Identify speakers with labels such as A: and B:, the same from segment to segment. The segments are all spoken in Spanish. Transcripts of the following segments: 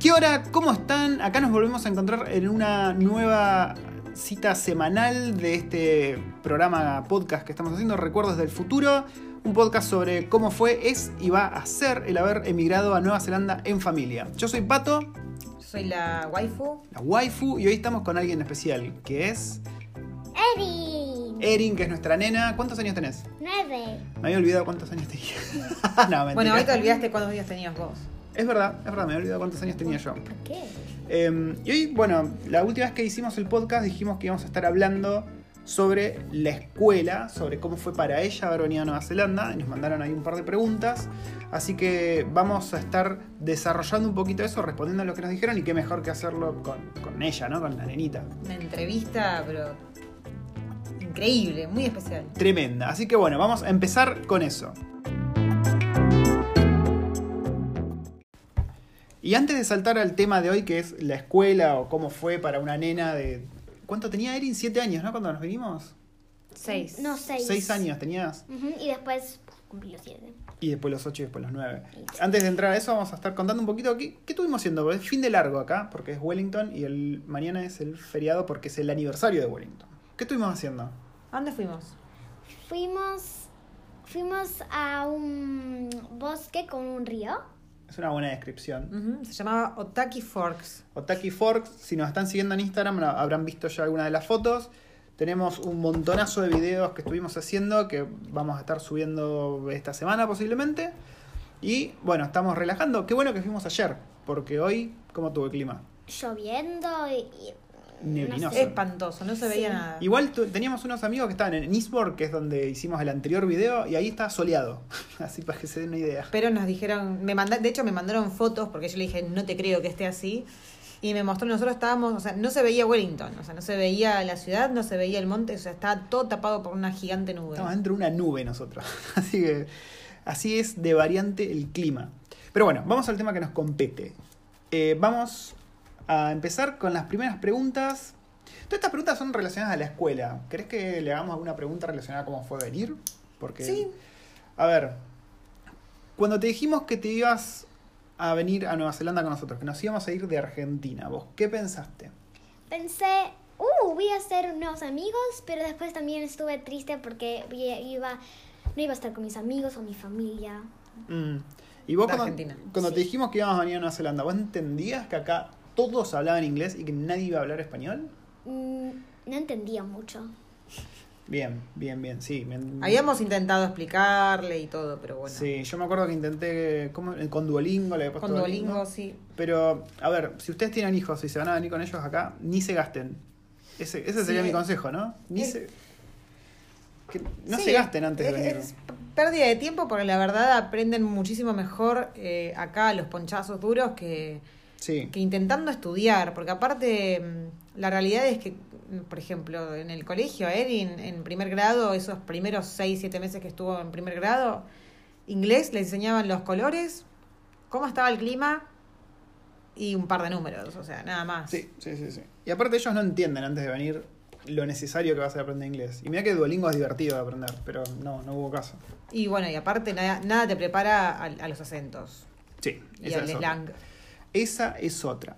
A: ¿Qué hora? ¿Cómo están? Acá nos volvemos a encontrar en una nueva cita semanal de este programa podcast que estamos haciendo, Recuerdos del Futuro, un podcast sobre cómo fue, es y va a ser el haber emigrado a Nueva Zelanda en familia. Yo soy Pato,
B: Soy la waifu.
A: la waifu, y hoy estamos con alguien especial, que es
C: Erin.
A: Erin, que es nuestra nena. ¿Cuántos años tenés?
C: 9.
A: Me había olvidado cuántos años tenía. no, mentira.
B: Bueno, hoy te olvidaste cuántos días tenías vos.
A: Es verdad, es verdad, me había olvidado cuántos años tenía yo.
C: ¿Por qué?
A: Eh, y hoy, bueno, la última vez que hicimos el podcast dijimos que íbamos a estar hablando sobre la escuela, sobre cómo fue para ella haber venido a Nueva Zelanda. Y nos mandaron ahí un par de preguntas. Así que vamos a estar desarrollando un poquito eso, respondiendo a lo que nos dijeron y qué mejor que hacerlo con, con ella, ¿no? Con la nenita.
B: Una entrevista, pero increíble, muy especial.
A: Tremenda. Así que bueno, vamos a empezar con eso. Y antes de saltar al tema de hoy, que es la escuela o cómo fue para una nena de. ¿Cuánto tenía Erin? Siete años, ¿no? Cuando nos vinimos.
B: Seis.
C: No, 6.
A: Seis años tenías.
C: Y después pues, cumplí los 7.
A: Y después los ocho y después los nueve. Antes de entrar a eso, vamos a estar contando un poquito qué, qué estuvimos haciendo. Es fin de largo acá, porque es Wellington y el mañana es el feriado porque es el aniversario de Wellington. ¿Qué estuvimos haciendo?
B: ¿A dónde fuimos?
C: Fuimos, fuimos a un bosque con un río.
A: Es una buena descripción.
B: Ujú, Se llamaba Otaki Forks.
A: Otaki Forks. Si nos están siguiendo en Instagram no- habrán visto ya alguna de las fotos. Tenemos un montonazo de videos que estuvimos haciendo que vamos a estar subiendo esta semana posiblemente. Y bueno, estamos relajando. Qué bueno que fuimos ayer, porque hoy, ¿cómo tuvo el clima?
C: Lloviendo y. y-
A: Neblinoso.
C: No
A: Hermoso.
B: Eh. Espantoso, no se veía
C: Sí.
B: nada.
A: Igual tu- teníamos unos amigos que estaban en Eastbourne, que es donde hicimos el anterior video, y ahí está soleado. Así para que se den una idea.
B: Pero nos dijeron, me manda, de hecho me mandaron fotos porque yo le dije, no te creo que esté así. Y me mostró, nosotros estábamos, o sea, no se veía Wellington, o sea, no se veía la ciudad, no se veía el monte, o sea, estaba todo tapado por una gigante nube.
A: Estamos dentro de una nube nosotros. Así que así es de variante el clima. Pero bueno, vamos al tema que nos compete. Eh, vamos a empezar con las primeras preguntas. Todas estas preguntas son relacionadas a la escuela. ¿Querés que le hagamos alguna pregunta relacionada a cómo fue venir? Porque,
B: Sí.
A: A ver, cuando te dijimos que te ibas a venir a Nueva Zelanda con nosotros, que nos íbamos a ir de Argentina, ¿vos qué pensaste?
C: Pensé, uh, voy a hacer nuevos amigos, pero después también estuve triste porque vi- iba, no iba a estar con mis amigos o mi familia.
A: Mm. Y vos
B: De
A: cuando,
B: Argentina.
A: cuando te
C: Sí.
A: dijimos que íbamos a venir a Nueva Zelanda, ¿vos entendías que acá todos hablaban inglés y que nadie iba a hablar español?
C: Mm, no entendía mucho.
A: Bien, bien, bien, sí. me-
B: Habíamos intentado explicarle y todo, pero bueno.
A: Sí, yo me acuerdo que intenté ¿cómo? Eh, con Duolingo, le había puesto
B: Con Duolingo, sí.
A: Pero, a ver, si ustedes tienen hijos y se van a venir con ellos acá, ni se gasten. Ese, ese sería
B: Sí.
A: mi consejo, ¿no? Ni
B: Es-
A: se- que no
B: Sí,
A: se gasten antes de
B: es-
A: venir.
B: es pérdida de tiempo porque la verdad aprenden muchísimo mejor eh, acá los ponchazos duros que,
A: sí.
B: que intentando estudiar. Porque aparte, mm, la realidad es que, mm, por ejemplo, en el colegio, Erin, en primer grado, esos primeros seis, siete meses que estuvo en primer grado, inglés le enseñaban los colores, cómo estaba el clima y un par de números, o sea, nada más.
A: Sí, sí, sí, sí. Y aparte ellos no entienden antes de venir lo necesario que va a ser aprender inglés. Y mira que Duolingo es divertido de aprender, pero no, no hubo caso.
B: Y bueno, y aparte nada, nada te prepara a, a los acentos
A: Sí,
B: y
A: esa
B: al
A: es, otra.
B: slang.
A: esa es otra.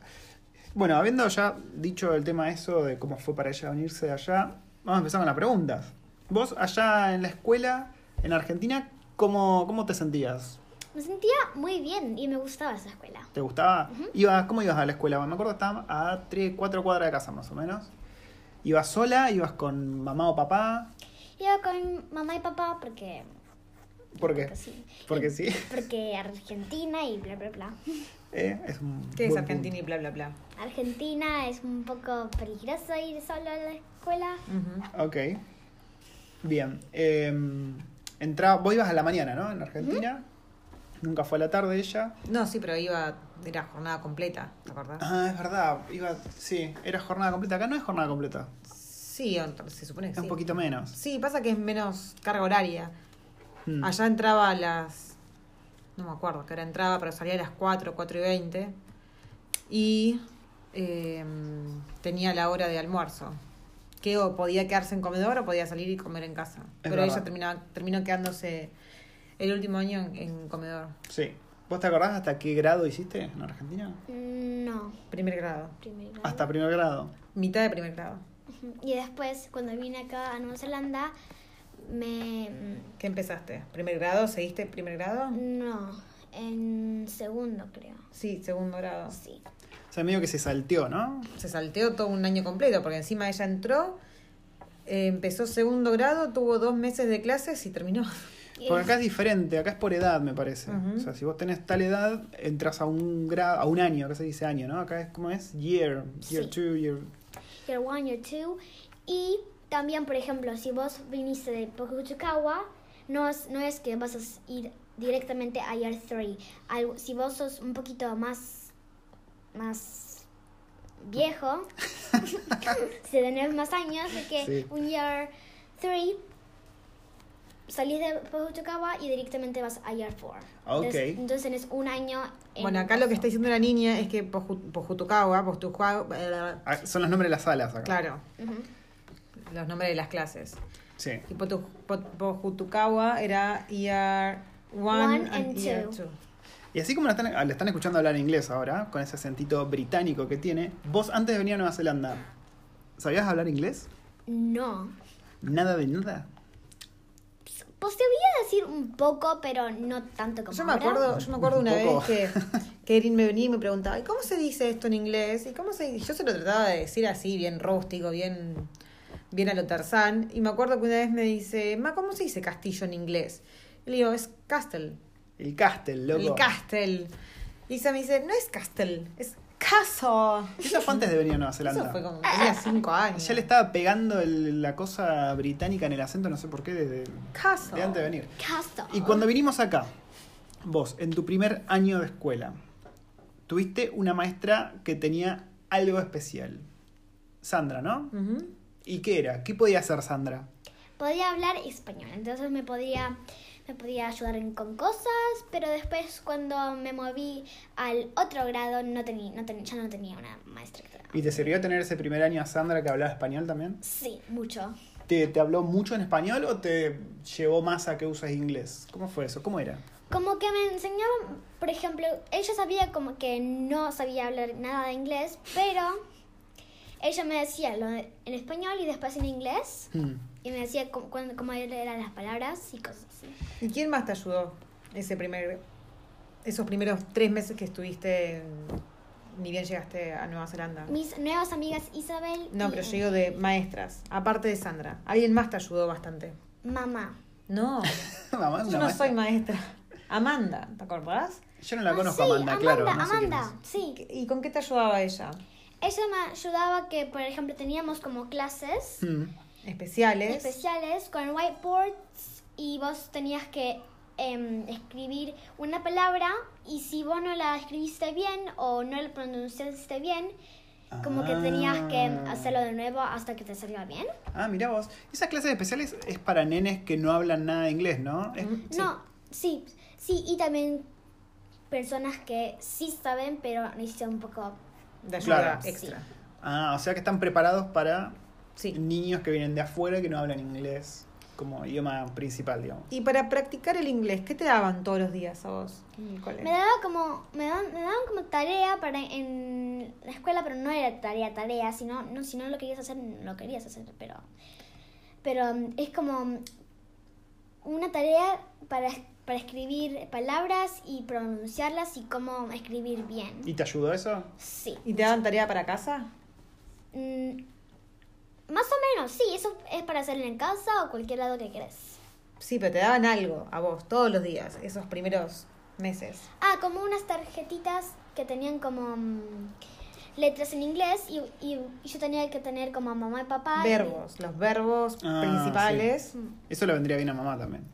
A: Bueno, habiendo ya dicho el tema eso de cómo fue para ella venirse de allá, vamos a empezar con las preguntas. Vos allá en la escuela, en Argentina, ¿cómo, cómo te sentías?
C: Me sentía muy bien y me gustaba esa escuela.
A: ¿Te gustaba? Ibas- ¿Cómo ibas a la escuela? Me acuerdo que estaban a 3, 4 cuadras de casa más o menos. ¿Ibas sola? ¿Ibas con mamá o papá?
C: Iba con mamá y papá porque.
A: ¿Por qué?
C: porque sí.
A: Porque sí.
C: Porque Argentina y bla, bla, bla.
A: Eh, es un
B: ¿Qué es
A: buen
B: Argentina y bla, bla, bla?
C: Argentina es un poco peligroso ir solo a la escuela.
B: Ujú.
A: punto. Ok. Bien. Eh, entra- vos ibas a la mañana, ¿no? En Argentina. Nunca fue a la tarde ella.
B: No, sí, pero iba, era jornada completa, ¿te acordás?
A: Ah, es verdad. Iba, sí, era jornada completa. Acá no es jornada completa.
B: Sí, o- se supone que
A: Es
B: sí.
A: un poquito menos.
B: Sí, pasa que es menos carga horaria.
A: Mm.
B: Allá entraba a las... No me acuerdo que hora entraba, pero salía a las 4, 4 y 20. Y eh, tenía la hora de almuerzo. Que o podía quedarse en comedor o podía salir y comer en casa. pero
A: verdad.
B: ella terminaba, terminó quedándose el último año en, en comedor.
A: Sí. ¿Vos te acordás hasta qué grado hiciste en Argentina?
C: Mm, No,
B: Primer grado.
C: primer grado.
A: Hasta primer grado.
B: Mitad de primer grado.
C: Ujú. Y después, cuando vine acá a Nueva Zelanda, me...
B: ¿Qué empezaste? ¿Primer grado? ¿Seguiste primer grado?
C: No, en segundo creo.
B: Sí, segundo grado.
C: Sí.
A: O sea, medio que se salteó, ¿no?
B: Se salteó todo un año completo, porque encima ella entró, eh, empezó segundo grado, tuvo dos meses de clases y terminó.
A: Porque acá es diferente, acá es por edad, me parece.
B: Ujú.
A: O sea, si vos tenés tal edad, entras a un grado, a un año, acá se dice año, ¿no? Acá es como es year, year
C: Sí.
A: two, year.
C: Year one, year two. Y también, por ejemplo, si vos viniste de Pocuchucawa, no es, no es que vas a ir directamente a year three. Al- si vos sos un poquito más, más viejo, si tenés más años, de que
A: Sí.
C: un year three salís de Pocuchucawa y directamente vas a year four.
A: Ah, Ok.
C: Entonces, entonces tenés un año. en-
B: Bueno, acá lo que está diciendo la niña es que Poju- Pojutucagua, Pojutucagua,
A: Ah, son los nombres de las salas acá.
B: claro,
C: Ujú.
B: los nombres de las clases.
A: Sí.
B: Y Potu- Po- Pojutucagua era ER 1
C: One
B: and
C: and
B: ER
C: two.
B: 2.
A: Y así como la están, ah, la están escuchando hablar inglés ahora, con ese acentito británico que tiene, vos antes de venir a Nueva Zelanda, ¿sabías hablar inglés?
C: No.
A: Nada de nada.
C: Pues te voy a decir un poco, pero no tanto como
B: Yo me
C: ahora.
B: acuerdo, yo me acuerdo
A: Un
B: una
A: poco.
B: vez que, que Erin me venía y me preguntaba, ¿y cómo se dice esto en inglés? ¿Y cómo se dice?". Yo se lo trataba de decir así, bien rústico, bien, bien a lo Tarzán. Y me acuerdo que una vez me dice, Ma, ¿cómo se dice castillo en inglés? Y le digo, es castle.
A: El castel, loco.
B: El castle. Y Isa me dice, no es castle, es castle.
A: Eso fue antes de venir a Nueva Zelanda.
B: Eso fue como tenía cinco años.
A: Ya le estaba pegando el- la cosa británica en el acento, no sé por qué, desde
B: Castle.
A: de antes de venir.
C: Castle.
A: Y cuando vinimos acá, vos, en tu primer año de escuela, tuviste una maestra que tenía algo especial. Sandra, ¿no?
B: Ujú.
A: ¿Y qué era? ¿Qué podía hacer Sandra?
C: Podía hablar español, entonces me podía, me podía ayudar en- con cosas, pero después cuando me moví al otro grado no tenía, no teni- ya no tenía una maestra. que-
A: ¿Y te sirvió tener ese primer año a Sandra que hablaba español también?
C: Sí, mucho.
A: ¿Te, te habló mucho en español o te llevó más a que usas inglés? ¿Cómo fue eso? ¿Cómo era?
C: Como que me enseñaban, por ejemplo, ella sabía como que no sabía hablar nada de inglés, pero ella me decía lo de- en español y después en inglés.
A: Hmm.
C: Y me decía cómo, cuándo- cómo eran las palabras y cosas así.
B: ¿Y quién más te ayudó ese primer, esos primeros tres meses que estuviste, en- ni bien llegaste a Nueva Zelanda?
C: Mis nuevas amigas Isabel
B: No,
C: y
B: pero
C: eh,
B: yo digo de maestras, aparte de Sandra. Alguien más te ayudó bastante.
C: mamá.
B: No,
A: Mamá, es
B: yo
A: una
B: no
A: maestra.
B: soy maestra. Amanda, ¿te acordás?
A: Yo no la
C: Ah,
A: conozco,
C: sí,
A: Amanda, claro. no sé quién
C: Amanda,
A: es.
C: sí.
B: ¿Y con qué te ayudaba ella?
C: Ella me ayudaba que, por ejemplo, teníamos como clases
A: Hmm.
B: Especiales.
C: especiales con whiteboards y vos tenías que em, escribir una palabra y si vos no la escribiste bien o no la pronunciaste bien, como que tenías que
A: Ah.
C: hacerlo de nuevo hasta que te salga bien.
A: Ah, mirá vos. Esas clases especiales es para nenes que no hablan nada de inglés, ¿no? Es-
B: Sí.
C: Mm, No, sí, sí, y también personas que sí saben, pero necesitan un poco
B: De ayuda
A: Claro.
B: extra.
A: Ah, o sea que están preparados para
B: Sí.
A: niños que vienen de afuera y que no hablan inglés como idioma principal, digamos.
B: Y para practicar el inglés, ¿qué te daban todos los días a vos? en el cole?
C: Me daba como, me daban, me daban como tarea para en la escuela, pero no era tarea, tarea, sino, no, si no lo querías hacer, no lo querías hacer, pero, pero mm, es como mm, una tarea para, es- para escribir palabras y pronunciarlas y cómo escribir bien.
A: ¿Y te ayudó eso?
C: Sí.
B: ¿Y te daban tarea para casa?
C: Mm, más o menos, sí, eso es para hacer en casa o cualquier lado que querés.
B: Sí, pero te daban algo a vos todos los días, esos primeros meses.
C: Ah, como unas tarjetitas que tenían como mm, letras en inglés y, y- y yo tenía que tener como mamá y papá. y- Mm.
B: verbos, los verbos
A: Ah,
B: principales.
A: Eso le vendría bien a mamá también.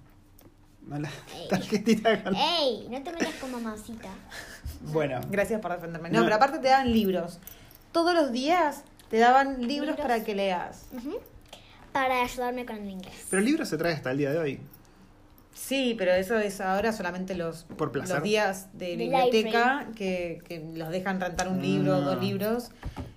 A: A la
B: Eh.
A: tarjetita con-
C: ¡Ey! No te metas con mamacita.
A: Bueno,
B: Gracias por defenderme. No,
A: No.
B: pero aparte te daban libros. Todos los días te daban libros,
C: Libros.
B: para que leas.
C: Ujú. Para ayudarme con el inglés.
A: pero el libro se trae hasta el día de hoy.
B: Sí, pero eso es ahora solamente los,
A: Por placer.
B: los días de
C: De
B: biblioteca que, que los dejan rentar un libro,
A: Ah.
B: dos libros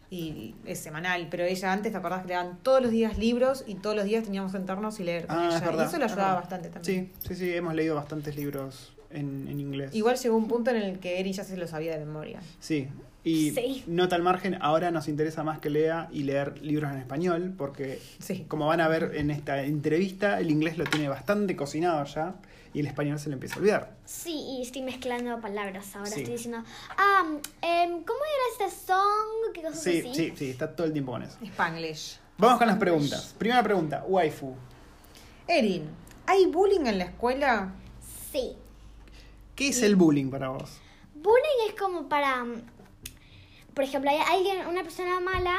B: y es semanal. Pero ella antes, ¿te acordás que le daban todos los días libros y todos los días teníamos que sentarnos y leer con
A: Ah, es
B: ella?
A: verdad,
B: y eso la
A: es
B: ayudaba
A: verdad.
B: bastante también.
A: Sí, sí, sí, hemos leído bastantes libros en, en inglés.
B: Igual llegó un punto en el que Erin ya se lo sabía de memoria.
A: Sí. Y
C: Sí.
A: nota al margen, ahora nos interesa más que lea y leer libros en español, porque
B: Sí.
A: como van a ver en esta entrevista, el inglés lo tiene bastante cocinado ya y el español se le empieza a olvidar.
C: Sí, y estoy mezclando palabras ahora.
A: Sí.
C: Estoy diciendo, ah, em, ¿cómo era este song? ¿Qué cosas
A: Sí,
C: así?
A: sí, sí, está todo el tiempo con eso.
B: Spanglish.
A: Vamos con las preguntas. Primera pregunta, waifu.
B: Erin, ¿hay bullying en la escuela?
C: Sí.
A: ¿Qué es el bullying para vos?
C: Bullying es como para, mm, por ejemplo, hay alguien, una persona mala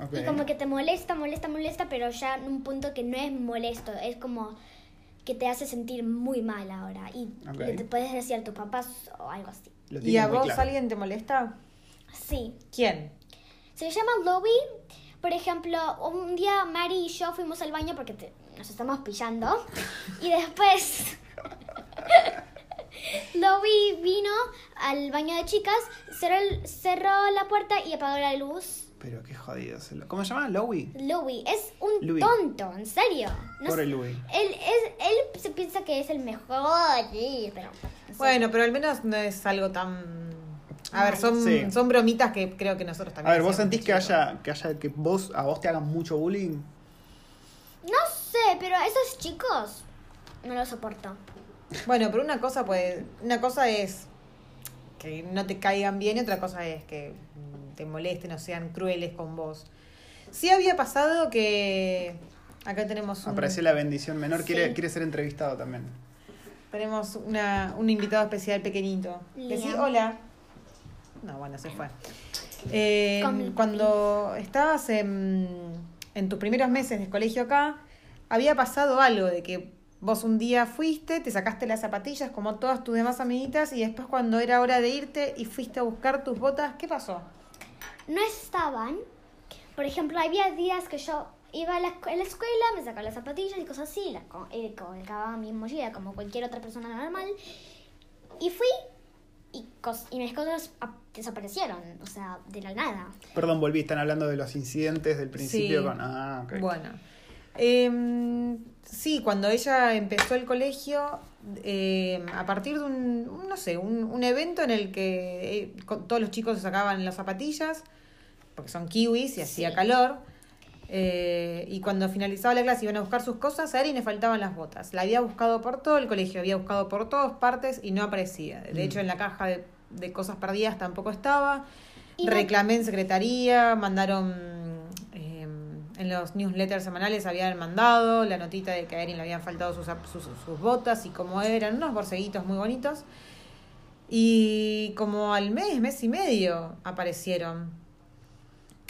A: Ok.
C: y como que te molesta, molesta, molesta, pero ya en un punto que no es molesto, es como que te hace sentir muy mal ahora y
A: Ok.
C: le te puedes decir a tus papás o algo así.
A: Lo
B: ¿Y
A: tiene
B: a
A: muy
B: vos
A: claro.
B: alguien te molesta?
C: Sí.
B: ¿Quién?
C: Se llama Lobby. Por ejemplo, un día Mary y yo fuimos al baño porque te- nos estamos pillando. Y después. Lobby vino al baño de chicas, cerró, el- cerró la puerta y apagó la luz.
A: Pero qué jodido. es el- ¿Cómo se llama? Lowy.
C: Louis es un
A: Louis.
C: tonto, en serio. No
A: Pobre
C: sé-
A: Louis.
C: Él, es, él se piensa que es el mejor, sí, pero. no sé.
B: Bueno, pero al menos no es algo tan... A ver, son,
A: Sí.
B: son bromitas que creo que nosotros también
A: A ver, ¿vos
B: hacíamos de
A: sentís que
B: chicos.
A: haya, que haya, que vos, a vos te hagan mucho bullying?
C: No sé, pero esos chicos no lo soporto.
B: Bueno, pero una cosa puede... Una cosa es que no te caigan bien y otra cosa es que mm, te molesten o sean crueles con vos. Sí había pasado que... Acá tenemos un...
A: Apareció la bendición menor, quiere,
C: Sí.
A: quiere ser entrevistado también.
B: Tenemos una, un invitado especial pequeñito. Decí
C: Liam.
B: hola. No, bueno, se fue. Eh,
C: Con el
B: cuando estabas en, en tus primeros meses de colegio acá, había pasado algo de que vos un día fuiste, te sacaste las zapatillas como todas tus demás amiguitas y después cuando era hora de irte y fuiste a buscar tus botas, ¿qué pasó?
C: no estaban. Por ejemplo, había días que yo iba a la, escu- a la escuela, me sacaba las zapatillas y cosas así, la, co- eh, colgaba mi mochila como cualquier otra persona normal. Y fui y, cos- y mis cosas ap- desaparecieron, o sea, de la nada.
A: Perdón, volví, están hablando de los incidentes del principio
B: Sí.
A: con. Ah, ok.
B: Bueno. Em, sí, cuando ella empezó el colegio, em, a partir de un, un, no sé, un, un evento en el que eh, co- todos los chicos se sacaban las zapatillas, porque son kiwis y hacía
C: Sí.
B: calor, eh, y cuando finalizaba la clase iban a buscar sus cosas, a Erin le faltaban las botas. La había buscado por todo el colegio, había buscado por todas partes y no aparecía. De
A: Mm.
B: hecho, en la caja de, de cosas perdidas tampoco estaba.
C: Y no-
B: Reclamé en secretaría, mandaron eh, en los newsletters semanales habían mandado la notita de que a Erin le habían faltado sus, ap- sus, sus botas y como eran unos borseguitos muy bonitos. Y como al mes, mes y medio aparecieron.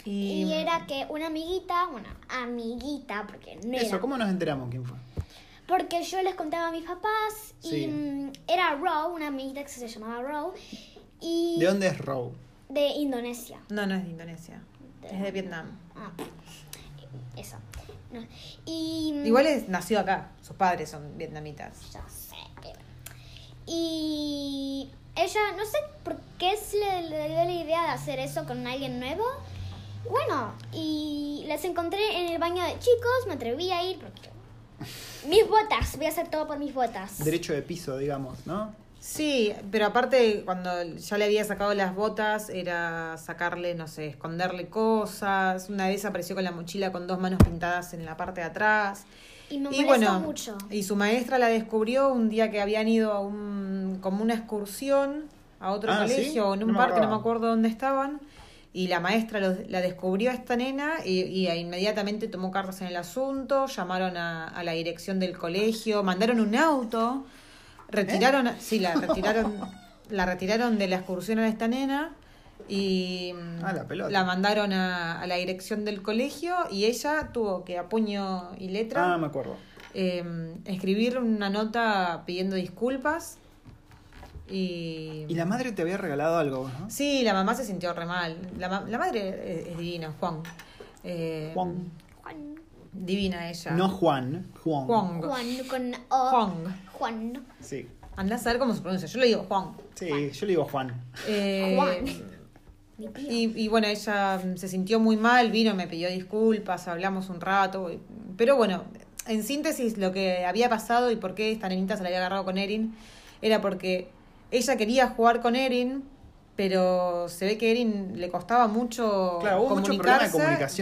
B: Y,
C: Y era que una amiguita, una amiguita, porque no
A: Eso,
C: era-
A: ¿cómo nos enteramos quién fue?
C: Porque yo les contaba a mis papás y
A: Sí.
C: mm, era Row, una amiguita que se llamaba Row, y
A: ¿De dónde es Row?
C: de Indonesia.
B: No, no es de Indonesia, es de Vietnam.
C: Ah, eso. No. Y. mm,
B: Igual es, nació acá, sus padres son vietnamitas.
C: Ya sé, pero- Y. Ella, no sé por qué se le, le dio la idea de hacer eso con alguien nuevo. Bueno, y las encontré en el baño de chicos, me atreví a ir porque. Mis botas, voy a hacer todo por mis botas.
A: Derecho de piso, digamos, ¿no?
B: Sí, pero aparte cuando ya le había sacado las botas era sacarle, no sé, esconderle cosas. Una vez apareció con la mochila con dos manos pintadas en la parte de atrás.
C: y me
B: Y
C: molestó
B: bueno, eh,
C: mucho.
B: y su maestra la descubrió un día que habían ido a un, como una excursión a otro
A: Ah,
B: colegio
A: ¿sí?
B: o en un
A: No me
B: parque, no me
A: acordaba.
B: acuerdo dónde estaban. Y la maestra los- la descubrió a esta nena y, y inmediatamente tomó cartas en el asunto, llamaron a, a la dirección del colegio, mandaron un auto, retiraron,
A: ¿Eh?
B: sí, la retiraron, la retiraron de la excursión a esta nena y mm,
A: Ah, la pelota.
B: mandaron a, a la dirección del colegio y ella tuvo que a puño y letra
A: Ah, me acuerdo.
B: eh, escribir una nota pidiendo disculpas y...
A: Y la madre te había regalado algo, ¿no?
B: Sí, la mamá se sintió re mal. La, ma- la madre es, es divina, Juan. Eh,
A: Juan.
C: Juan,
B: Divina ella.
A: No Juan, Juan.
B: Juan.
C: Juan con O.
B: Juan.
C: Juan.
A: Sí.
B: Andá a saber cómo se pronuncia. Yo le digo Juan.
A: Sí, yo le digo Juan.
B: Eh,
C: Juan. Mi tío.
B: Y, y bueno, ella mm, se sintió muy mal, vino, me pidió disculpas, hablamos un rato. y- Pero bueno, en síntesis, lo que había pasado y por qué esta nenita se la había agarrado con Erin era porque ella quería jugar con Erin, pero se ve que Erin le costaba mucho
A: Claro, hubo mucho problema de
B: comunicarse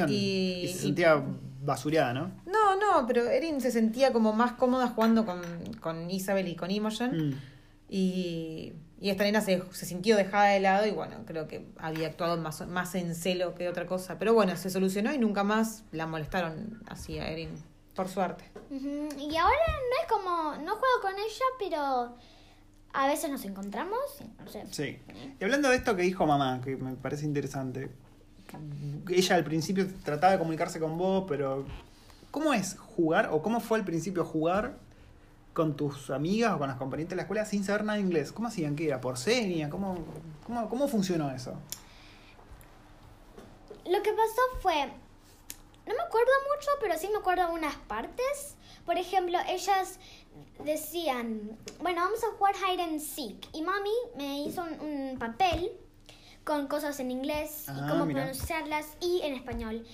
A: comunicación.
B: Y,
A: Y, se sentía basureada, ¿no?
B: No, no, pero Erin se sentía como más cómoda jugando con, con Isabel y con Imogen.
A: Mm.
B: Y, y esta nena se, se sintió dejada de lado y bueno, creo que había actuado más, más en celo que otra cosa. Pero bueno, se solucionó y nunca más la molestaron así a Erin, por suerte.
C: Ujú, Y ahora no es como, no juego con ella, pero a veces nos encontramos. No sé.
A: Sí. Y hablando de esto que dijo mamá, que me parece interesante. Ella al principio trataba de comunicarse con vos, pero ¿cómo es jugar o cómo fue al principio jugar con tus amigas o con las compañeras de la escuela sin saber nada de inglés? ¿Cómo hacían? ¿Qué era? ¿Por señas? ¿Cómo, cómo, cómo funcionó eso?
C: Lo que pasó fue, no me acuerdo mucho, pero sí me acuerdo unas partes. Por ejemplo, ellas decían, bueno, vamos a jugar hide and seek. Y mami me hizo un, un papel con cosas en inglés
A: Ah,
C: y cómo
A: mira.
C: pronunciarlas y en español.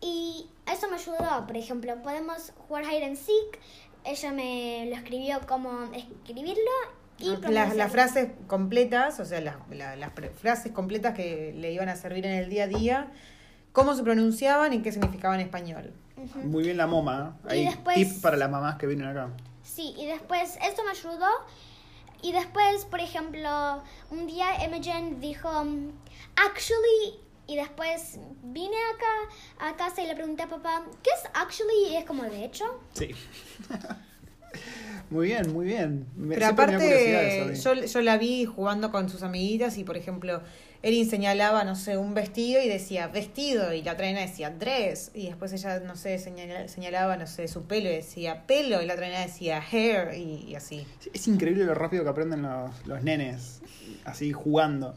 C: Y eso me ayudó, por ejemplo, podemos jugar hide and seek. Ella me lo escribió cómo escribirlo
A: Ah,
C: y
B: Las,
C: pronunciarlo.
B: las frases completas, o sea, las, la- las pre- frases completas que le iban a servir en el día a día, cómo se pronunciaban y qué significaba en español.
C: Ujú.
A: Muy bien la moma. ¿eh?
C: Y
A: Ahí,
C: después-
A: tip para las mamás que vienen acá.
C: Sí, y después esto me ayudó. Y después, por ejemplo, un día Imogen dijo, mm, actually, y después vine acá a casa y le pregunté a papá, ¿qué es actually? Y es como de hecho.
A: Sí. muy bien, muy bien. Me-
B: Pero
A: siempre me dio curiosidad
B: aparte,
A: eso a mí.
B: yo, yo la vi jugando con sus amiguitas y, por ejemplo, Erin señalaba, no sé, un vestido y decía vestido, y la otra nena decía dress, y después ella, no sé, señala- señalaba, no sé, su pelo y decía pelo, y la otra nena decía hair, y, y así.
A: Es increíble lo rápido que aprenden los, los nenes, así jugando.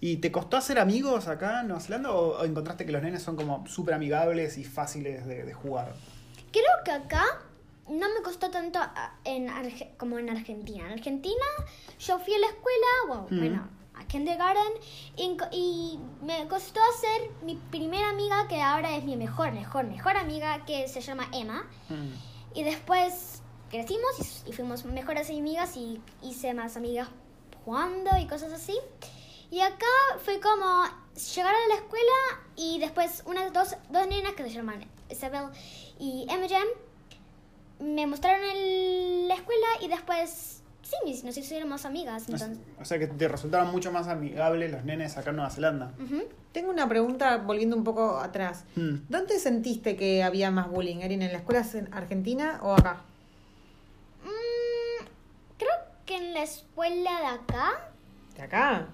A: ¿Y te costó hacer amigos acá en Nueva Zelanda o, o encontraste que los nenes son como súper amigables y fáciles de, de jugar?
C: Creo que acá no me costó tanto a- en Arge- como en Argentina. En Argentina yo fui a la escuela, bueno,
A: Mm.
C: bueno, a kindergarten, y, enco- y me costó hacer mi primera amiga, que ahora es mi mejor, mejor, mejor amiga, que se llama Emma.
B: Hmm.
A: Mm.
C: Y después crecimos y s- y, fuimos mejores amigas y hice más amigas jugando y cosas así. Y acá fue como llegar a la escuela y después unas dos, dos nenas que se llaman Isabel y Imogen me mostraron el- la escuela y después sí, mis- nos hicimos amigas.
A: O sea-
C: Entonces,
A: O sea que te resultaron mucho más amigables los nenes acá en Nueva Zelanda.
C: ujú.
B: Tengo una pregunta, volviendo un poco atrás.
A: Mm.
B: ¿Dónde sentiste que había más bullying, Erin? ¿En la escuela en argentina o acá?
C: Mm, creo que en la escuela de acá
B: ¿De acá?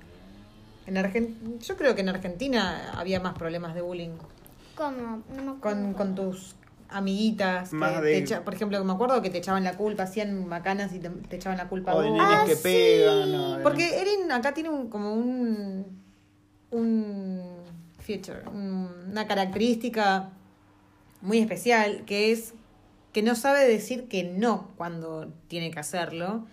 B: En Argen- Yo creo que en Argentina había más problemas de bullying.
C: como no me
B: con,
C: acuerdo.
B: con tus amiguitas, que
A: Más
B: te
A: de-
B: echa- por ejemplo, que me acuerdo que te echaban la culpa, hacían macanas y te, te echaban la culpa. a
A: O de
B: vos.
A: nenes
C: Ah,
A: que
C: sí.
A: pegan. o de-
B: Porque Erin acá tiene un, como un, un feature, un- una característica muy especial, que es que no sabe decir que no cuando tiene que hacerlo.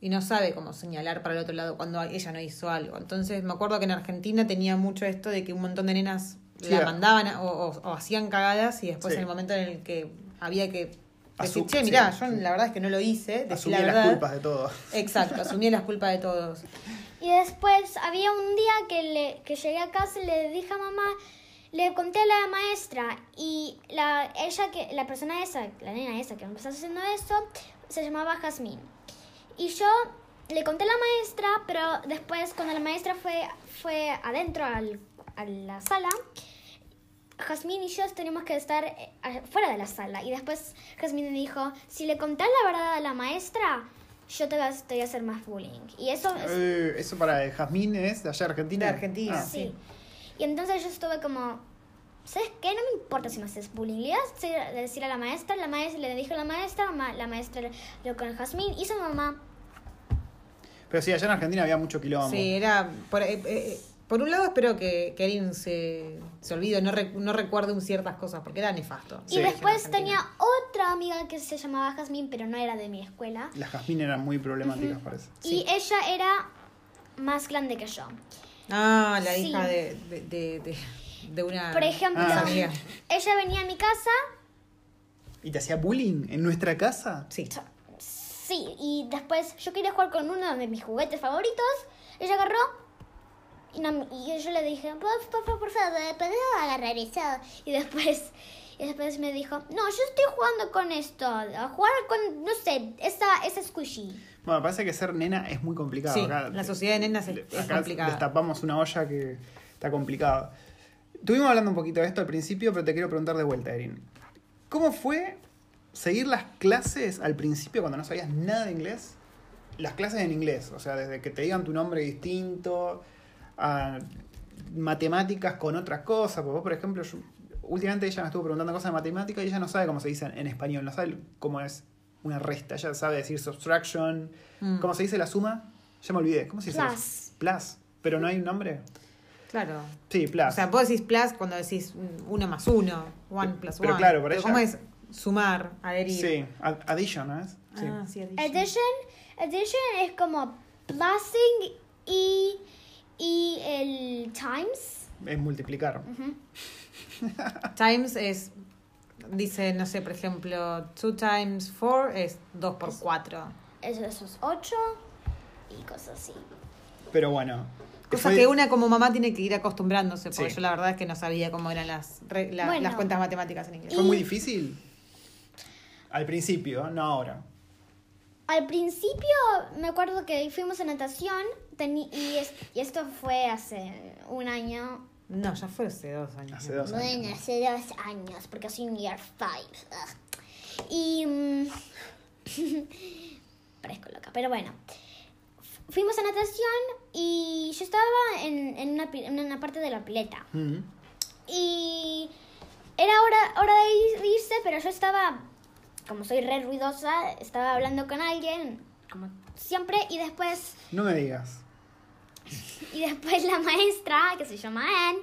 B: Y no sabe cómo señalar para el otro lado cuando ella no hizo algo. Entonces me acuerdo que en Argentina tenía mucho esto de que un montón de nenas
A: Sí,
B: la
A: a-
B: mandaban a- o, o- o hacían cagadas y después
A: Sí.
B: en el momento en el que había que decir,
A: Asu-
B: che,
A: sí,
B: mirá, yo
A: sí.
B: la verdad es que no lo hice, decí la
A: Asumía
B: verdad.
A: las culpas de todo.
B: Exacto, asumía las culpas de todos.
C: Y después había un día que, le, que llegué a casa y le dije a mamá, le conté a la maestra y la, ella que, la persona esa, la nena esa que me empezó haciendo eso, se llamaba Jazmín. Y yo le conté a la maestra, pero después cuando la maestra fue, fue adentro al- a la sala, Jazmín y yo tenemos que estar eh, a- fuera de la sala. Y después Jazmín me dijo, si le contás la verdad a la maestra, yo te voy a, te voy a hacer más bullying. Y eso es-
A: Eh, eso para Jazmín es de allá Argentina.
B: De Argentina.
A: Ah.
C: Sí. Y entonces yo estuve como, ¿sabes qué? No me importa si me haces bullying. Le iba a decir- a decir a la maestra, la maestra le dijo a la maestra, ma- la maestra lo con Jazmín y su mamá.
A: Pero sí, allá en Argentina había mucho quilombo.
B: Sí, era. Por, eh, eh, por un lado, espero que, que Erin se, se olvide, no, re- no recuerde un ciertas cosas, porque era nefasto.
A: Sí.
C: y después
B: Argentina.
C: tenía otra amiga que se llamaba Jazmín, pero no era de mi escuela.
A: Las Jazmín eran muy problemáticas, parece.
C: Y ella era más grande que yo.
B: Ah, la
C: Sí.
B: hija de, de, de, de- de una.
C: Por ejemplo,
A: Ah.
B: amiga.
C: ella venía a mi casa
A: ¿Y te hacía bullying en nuestra casa?
B: Sí.
C: Sí, y después yo quería jugar con uno de mis juguetes favoritos. Ella agarró y, no- y yo le dije, por favor, por favor, ¿puedo agarrar eso? Y después, y después me dijo, no, yo estoy jugando con esto. A jugar con, no sé, esa, esa squishy.
A: Bueno, me parece que ser nena es muy complicado.
B: Sí,
A: acá,
B: la sociedad de nenas es-
A: le-
B: es
A: acá
B: complicada.
A: Destapamos una olla que está complicado. Estuvimos hablando un poquito de esto al principio, pero te quiero preguntar de vuelta, Erin. ¿Cómo fue seguir las clases al principio cuando no sabías nada de inglés? Las clases en inglés, o sea, desde que te digan tu nombre distinto, a matemáticas con otras cosas. Porque vos, por ejemplo, yo- últimamente ella me estuvo preguntando cosas de matemática y ella no sabe cómo se dice en español, no sabe cómo es una resta, ella sabe decir subtraction.
B: Mm.
A: ¿Cómo se dice la suma? Ya me olvidé. ¿Cómo se dice? la
C: Plus.
A: su- Plus. ¿Pero no hay un nombre?
B: Claro.
A: Sí, plus.
B: O sea, vos decís plus cuando decís mm, uno más uno, one plus
A: Pero
B: one.
A: claro, para
B: ¿Cómo
A: ella-
B: es sumar, adherir?
A: sí, ad- addition, ¿no es? Sí.
B: Ah, sí, addition.
C: Addition, addition es como plusing y, y el times.
A: Es multiplicar.
B: Times es, dice, no sé, por ejemplo, two times four es dos por cuatro.
C: Eso, eso es 8 y cosas así.
A: Pero bueno.
B: Cosas
A: fue-
B: que una como mamá tiene que ir acostumbrándose, porque
A: Sí.
B: yo la verdad es que no sabía cómo eran las, re- la-
C: Bueno.
B: las cuentas matemáticas en inglés.
A: ¿Fue muy difícil? Al principio, no ahora.
C: Al principio me acuerdo que fuimos a natación teni- y, es- y esto fue hace un año.
B: No, ya fue hace dos años.
A: Hace dos
C: Bueno,
A: años.
C: hace dos años, porque soy un year five. Ugh. Y. mm, parezco loca, pero bueno. Fu- Fuimos a natación y yo estaba en, en una, pi- en una parte de la pileta.
A: Mm.
C: Y era hora, hora de ir- irse, pero yo estaba, como soy re ruidosa, estaba hablando con alguien, como siempre, y después,
A: No me digas.
C: y después la maestra, que se llama Anne,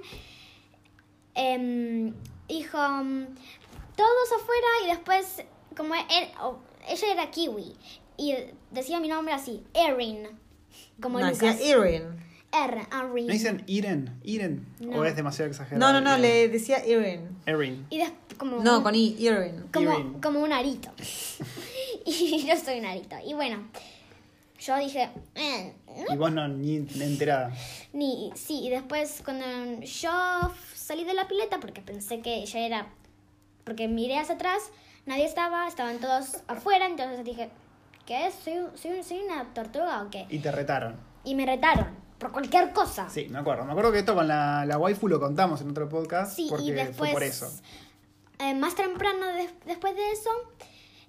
C: em, dijo, mm, todos afuera, y después, como e- o- ella era kiwi, y decía mi nombre así, Erin, como
B: no, decía
C: Lucas.
B: Erin.
C: Er-
A: ¿No
C: Erin.
A: dicen Iren? ¿Iren?
C: No.
A: ¿O es demasiado exagerado?
B: No, no, no,
A: Iren.
B: le decía Erin.
A: Erin.
C: Y después, como...
B: No,
C: un-
B: con I, Erin.
A: Earring.
C: como, como un arito. y yo soy un arito. Y bueno, yo dije, "Eh,
A: Y vos no, ni ni enterada.
C: ni, sí, y después cuando yo f- salí de la pileta porque pensé que ya era, porque miré hacia atrás, nadie estaba, estaban todos afuera, entonces dije, ¿qué es? ¿Soy, un- soy, un- soy una tortuga o qué?
A: Y te retaron.
C: Y me retaron por cualquier cosa.
A: Sí, me acuerdo. Me acuerdo que esto con la, la waifu lo contamos en otro podcast.
C: Sí,
A: porque
C: y
A: fue
C: después,
A: por eso.
C: eh, más temprano des- después de eso,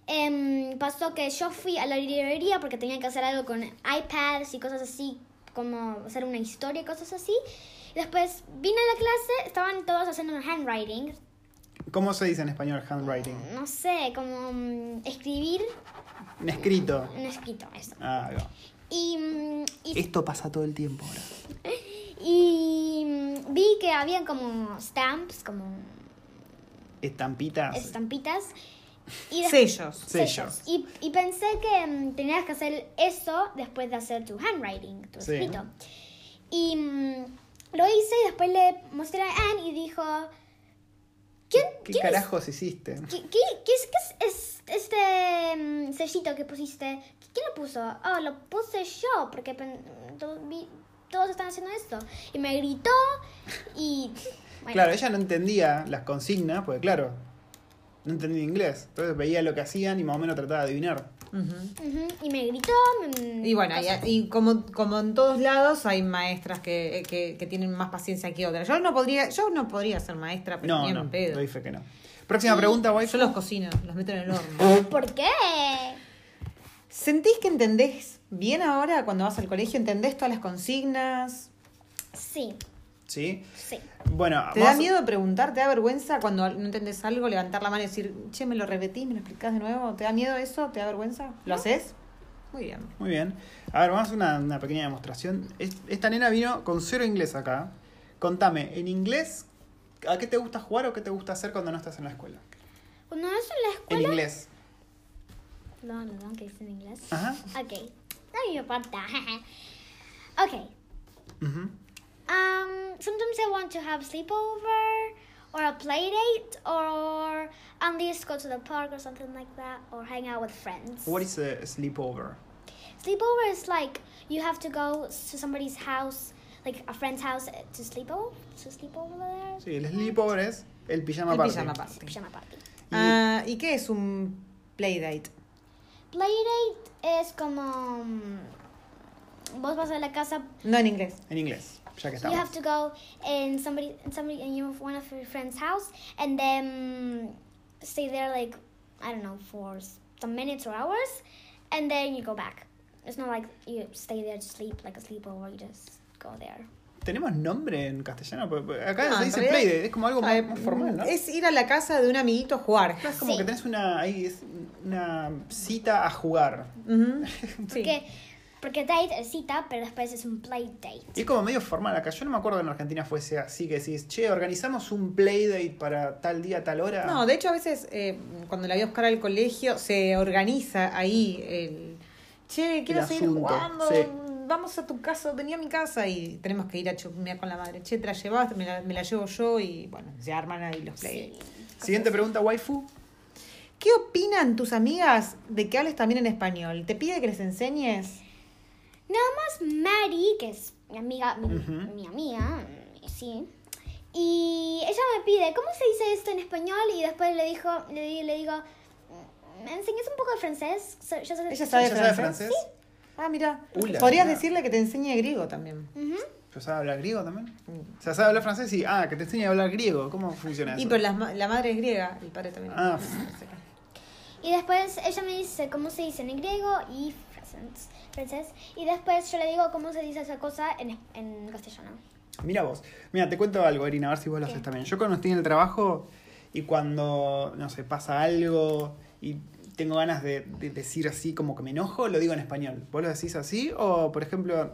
C: em, pasó que yo fui a la librería porque tenía que hacer algo con iPads y cosas así, como hacer una historia y cosas así. Y después vine a la clase, estaban todos haciendo un handwriting,
A: ¿Cómo se dice en español handwriting?
C: no sé, como mm, escribir
A: Un escrito.
C: un escrito, eso.
A: Ah, ahí va.
C: Y, mm, y,
A: Esto pasa todo el tiempo ahora.
C: y, mm, vi que habían como stamps, como
A: Estampitas.
C: estampitas. Y después
B: Sellos.
A: Sellos.
C: Y, y pensé que mm, tenías que hacer eso después de hacer tu handwriting, tu
A: Sí.
C: escrito. Y mm, lo hice y después le mostré a Anne y dijo, ¿quién,
A: ¿Qué
C: quién es-
A: carajos hiciste?
C: qué, qué- qué es, qué es- es este mm, sellito que pusiste? ¿Quién lo puso? Oh, lo puse yo porque pen- mm, to- vi- todos están haciendo esto. Y me gritó y... bueno.
A: Claro, ella no entendía las consignas, porque claro, no entendía inglés. Entonces veía lo que hacían y más o menos trataba de adivinar.
B: Ujú.
C: Ujú, y me gritó. mm,
B: Y bueno, y,
C: cosas.
B: y como, como en todos lados hay maestras que, eh, que, que tienen más paciencia que otras. Yo no podría, yo no podría ser maestra, pero
A: No,
B: ni en
A: no,
B: pedo.
A: doy fe que no. Próxima pregunta,
B: Yo
A: waifu.
B: los cocino, los meto en el horno.
C: ¿Por qué?
B: ¿Sentís que entendés bien ahora cuando vas al colegio? ¿Entendés todas las consignas?
C: Sí,
A: ¿Sí?
C: sí.
A: Bueno,
B: ¿Te
A: vamos-
B: da miedo preguntar? ¿Te da vergüenza cuando no entendés algo, levantar la mano y decir, che, me lo repetís, me lo explicás de nuevo? ¿Te da miedo eso? ¿Te da vergüenza? ¿Lo haces? Muy bien.
A: Muy bien. A ver, vamos a hacer una, una pequeña demostración. Es- Esta nena vino con cero inglés acá. Contame, en inglés, ¿a qué te gusta jugar o qué te gusta hacer cuando no estás en la escuela?
C: Cuando no es en la
A: En
C: escuela.
A: inglés.
C: No, no, no, que es en inglés.
A: Ajá.
C: Ok. No me importa. ok.
A: Ujú.
C: Um, sometimes I want to have sleepover, or or a play date or at least go to the park or something like that or hang out with friends.
A: What is a sleepover?
C: Sleepover is like you have to go to somebody's house, like a friend's house, eh, to sleep over, to sleep over there.
A: Sí, el sleepover es el pijama
B: El
A: party.
B: pijama party.
C: Pajama party.
B: Ah, ¿Y qué es un playdate?
C: Playdate es como mm, vos vas a la casa.
B: No en inglés.
A: En inglés, ya que
C: You have
A: estamos.
C: to go in somebody, in somebody, in your, one of your friend's house, and then stay there like I don't know for s- some minutes or hours, and then you go back. It's not like you stay there to sleep like a sleepover. You just go there.
A: ¿Tenemos nombre en castellano? Porque- porque Acá
B: No,
A: se
B: en
A: dice
B: realidad-
A: playdate, es como algo más,
B: Eh,
A: más formal, ¿no?
B: Es ir a la casa de un amiguito a jugar.
A: Es como
C: Sí.
A: que tenés una, ahí es una cita a jugar.
B: Ujú. Sí.
C: Porque, porque date es cita, pero después es un play date.
A: Y es como medio formal acá. Yo no me acuerdo que en Argentina fuese así, que decís, che, organizamos un playdate para tal día, tal hora.
B: No, de hecho a veces eh, cuando la voy a buscar al colegio se organiza ahí el... Che, quiero
A: El
B: seguir
A: asunto,
B: jugando,
A: sí.
B: vamos a tu casa, venía a mi casa y tenemos que ir a chumear con la madre. Che, te la llevas, me la, me la llevo yo y bueno, se arman ahí los play.
A: Siguiente pregunta, waifu.
B: ¿Qué opinan tus amigas de que hables también en español? ¿Te pide que les enseñes?
C: Nada más Mari, que es mi amiga, mi,
A: Ujú.
C: mi amiga, mm, sí. Y ella me pide, ¿cómo se dice esto en español? Y después le dijo, le, di- le digo, "Mm, ¿me enseñas un poco de francés? So- yo soy-
B: Ella sabe
A: ¿Ya sabe
B: francés?
A: francés?
B: Ah, mira,
A: Ula,
B: podrías
A: mira.
B: decirle que te enseñe griego también.
C: Ujú.
A: ¿Yo sabe hablar griego también? O sea, sabe hablar francés y, ah, que te enseñe a hablar griego. ¿Cómo funciona eso?
B: Y pero la, ma- la madre es griega, el padre también.
A: Ah,
C: Y después ella me dice, ¿cómo se dice en griego? Y francés. francés. Y después yo le digo, ¿cómo se dice esa cosa en, en castellano?
A: Mira vos. Mira, te cuento algo, Erina, a ver si vos lo
C: ¿Qué?
A: haces también. Yo cuando estoy en el trabajo y cuando, no sé, pasa algo y tengo ganas de, de decir así como que me enojo, lo digo en español. ¿Vos lo decís así? O, por ejemplo,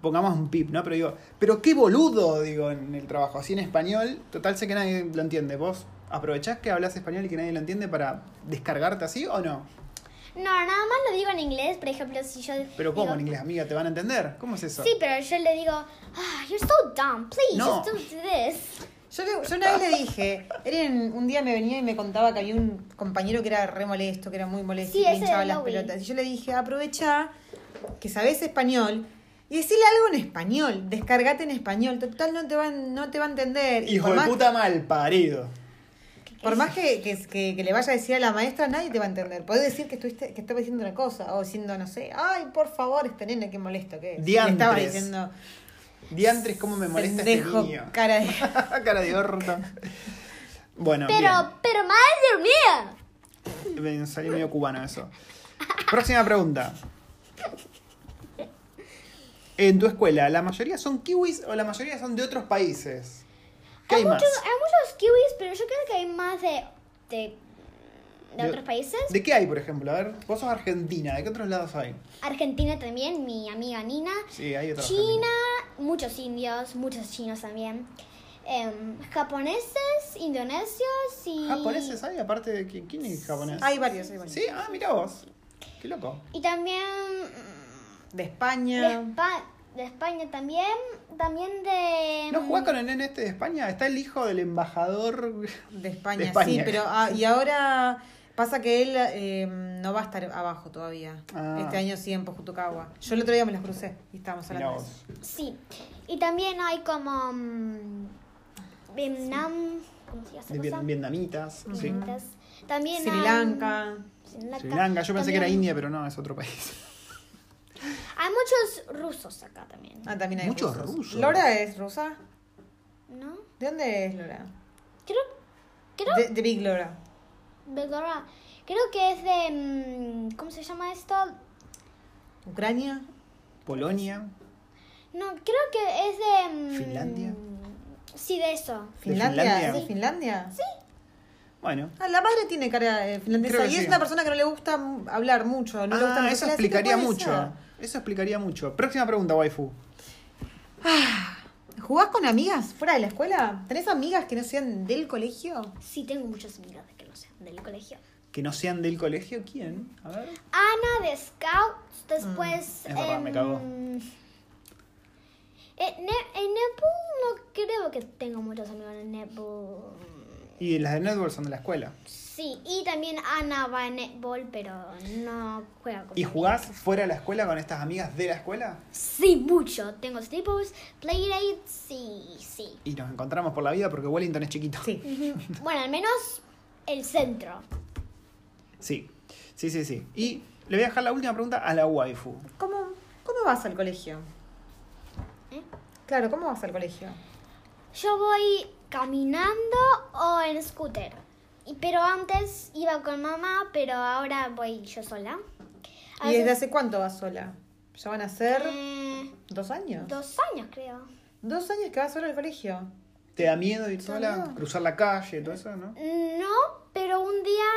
A: pongamos un pip, ¿no? Pero digo, pero qué boludo, digo, en el trabajo, así en español. Total, sé que nadie lo entiende. ¿Vos aprovechás que hablas español y que nadie lo entiende para descargarte así o no?
C: No, nada más lo digo en inglés, por ejemplo, si yo...
A: Pero ¿cómo
C: digo-
A: en inglés, amiga? ¿Te van a entender? ¿Cómo es eso?
C: Sí, pero yo le digo, ah, you're so dumb, please,
A: No.
C: just don't do this.
B: Yo, le- yo una vez le dije, Eren un día me venía y me contaba que había un compañero que era re molesto, que era muy molesto,
C: Sí,
B: y le
C: ese
B: hinchaba
C: de
B: las
C: Lowell.
B: pelotas. Y yo le dije, aprovecha que sabes español y decirle algo en español, descargate en español, total no te va, no te va a entender. y
A: Hijo
B: por
A: de
B: más,
A: puta mal parido.
B: Por más que, que- que- que le vaya a decir a la maestra, nadie te va a entender. Podés decir que estuviste, que estaba diciendo una cosa, o diciendo, no sé, ay, por favor, este nene, qué molesto que es. Le estaba
A: Diantres.
B: diciendo,
A: Diantres, cómo me molesta
B: pendejo,
A: este niño.
B: cara de...
A: Cara de orto. Bueno,
C: Pero, pero madre mía.
A: bien. Me salió medio cubano eso. Próxima pregunta. En tu escuela, ¿la mayoría son kiwis o la mayoría son de otros países? ¿Qué hay más?
C: muchos, hay muchos kiwis, pero yo creo que hay más de, de, de
A: Yo-
C: otros países.
A: ¿De qué hay, por ejemplo? A ver, vos sos argentina, ¿de qué otros lados hay?
C: Argentina también, mi amiga Nina.
A: Sí, hay otros.
C: China, muchos indios, muchos chinos también. Em, japoneses, indonesios y...
A: ¿Japoneses hay? Aparte de qui- quién es japonés.
B: Hay varios, hay varios.
A: Sí, ah, mira vos. Qué loco.
C: Y también mm,
B: De
C: de,
B: España.
C: Espa- de España también, también de... mm,
A: ¿No jugás con el nene este de España? Está el hijo del embajador.
B: De España,
A: De España.
B: sí, pero ah, y ahora pasa que él eh, no va a estar abajo todavía.
A: Ah.
B: Este año sí en Pojutucagua. Yo el otro día me los crucé y estábamos
A: Mirá
B: hablando de
A: vos.
B: eso.
C: Sí. Y también hay como... mm, Vietnam... ¿Cómo se llama esa
A: De
C: cosa?
A: vien- vietnamitas. sí.
C: Entonces, También
B: Sri
C: hay-
B: Lanka.
C: Sri Lanka.
A: Sri Lanka, yo pensé que
C: También
A: era India, pero no, es otro país.
C: Hay muchos rusos acá también,
B: Ah, también hay
A: Muchos rusos.
B: ¿Lora es rusa?
C: ¿no?
B: ¿De dónde es Lora?
C: Creo, creo,
B: De, de Big Lora.
C: Belgorod. creo que es de, mm, ¿cómo se llama esto?
B: ¿Ucrania?
A: Polonia,
C: No, creo que es de... mm,
A: Finlandia.
C: Sí, de eso.
B: ¿Finlandia?
A: Finlandia.
B: ¿Es de Finlandia? Sí.
A: Bueno.
B: Ah, la madre tiene cara de finlandesa
A: Creo que
B: y es
A: sí.
B: una persona que no le gusta mm, hablar mucho. No le
A: Ah,
B: gusta
A: eso explicaría mucho.
B: ¿Jugás
A: Eso explicaría mucho. Próxima pregunta, waifu.
B: ¿Jugás con amigas fuera de la escuela? ¿Tenés amigas que no sean del colegio?
C: Sí, tengo muchas amigas que no sean del colegio.
A: Que no sean del colegio, ¿quién? A ver. Mm,
C: Ana de Scouts, después...
A: es verdad, me
C: em,
A: cagó.
C: En, Ne- en Nepal no creo que tenga muchos amigos en Nepal.
A: Y las de netball son de la escuela.
C: Sí, y también Ana va a netball, pero no juega con
A: ¿Y jugás fuera de la escuela con estas amigas de la escuela?
C: Sí, mucho. Tengo sleepers, playdates, sí, sí.
A: Y nos encontramos por la vida porque Wellington es chiquito.
B: Sí.
C: Bueno, al menos el centro.
A: Sí, sí, sí. sí. Y le voy a dejar la última pregunta a la waifu.
B: ¿Cómo, cómo vas al colegio?
C: ¿Eh?
B: Claro, ¿cómo vas al colegio?
C: Yo voy caminando o en scooter. Y- Pero antes iba con mamá, pero ahora voy yo sola. A
B: ¿Y desde
C: veces-
B: hace cuánto vas sola? ¿Ya van a ser
C: Eh,
B: dos años?
C: dos años creo.
B: ¿Dos años que vas sola al colegio?
A: ¿Te da miedo ir sola?
B: miedo.
A: Cruzar la calle, todo eso, ¿no?
C: No, pero un día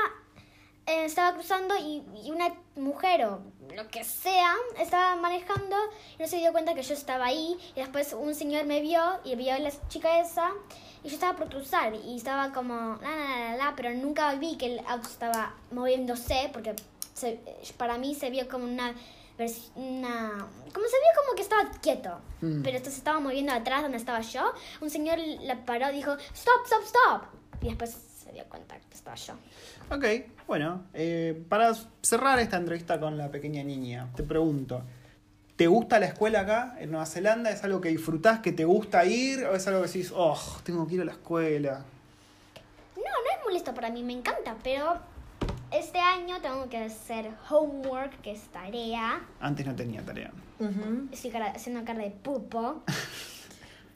C: eh, estaba cruzando y, y una mujer o lo que sea estaba manejando y no se dio cuenta que yo estaba ahí. Y después un señor me vio y vio a la chica esa y yo estaba por cruzar y estaba como la la la la, pero nunca vi que el auto estaba moviéndose porque se- para mí se vio como una. vers- una como se vio como que estaba quieto,
A: Mm.
C: pero esto se estaba moviendo atrás donde estaba yo. Un señor la paró, dijo, stop, stop, stop. Y después se dio cuenta que estaba yo.
A: Ok, bueno, eh, para cerrar esta entrevista con la pequeña niña, te pregunto, ¿te gusta la escuela acá en Nueva Zelanda? ¿Es algo que disfrutás, que te gusta ir? ¿O es algo que decís, oh, tengo que ir a la escuela?
C: No, no es molesto para mí, me encanta, pero este año tengo que hacer homework, que es tarea.
A: Antes no tenía tarea.
B: Ujú.
C: Estoy cara- haciendo cara de pupo.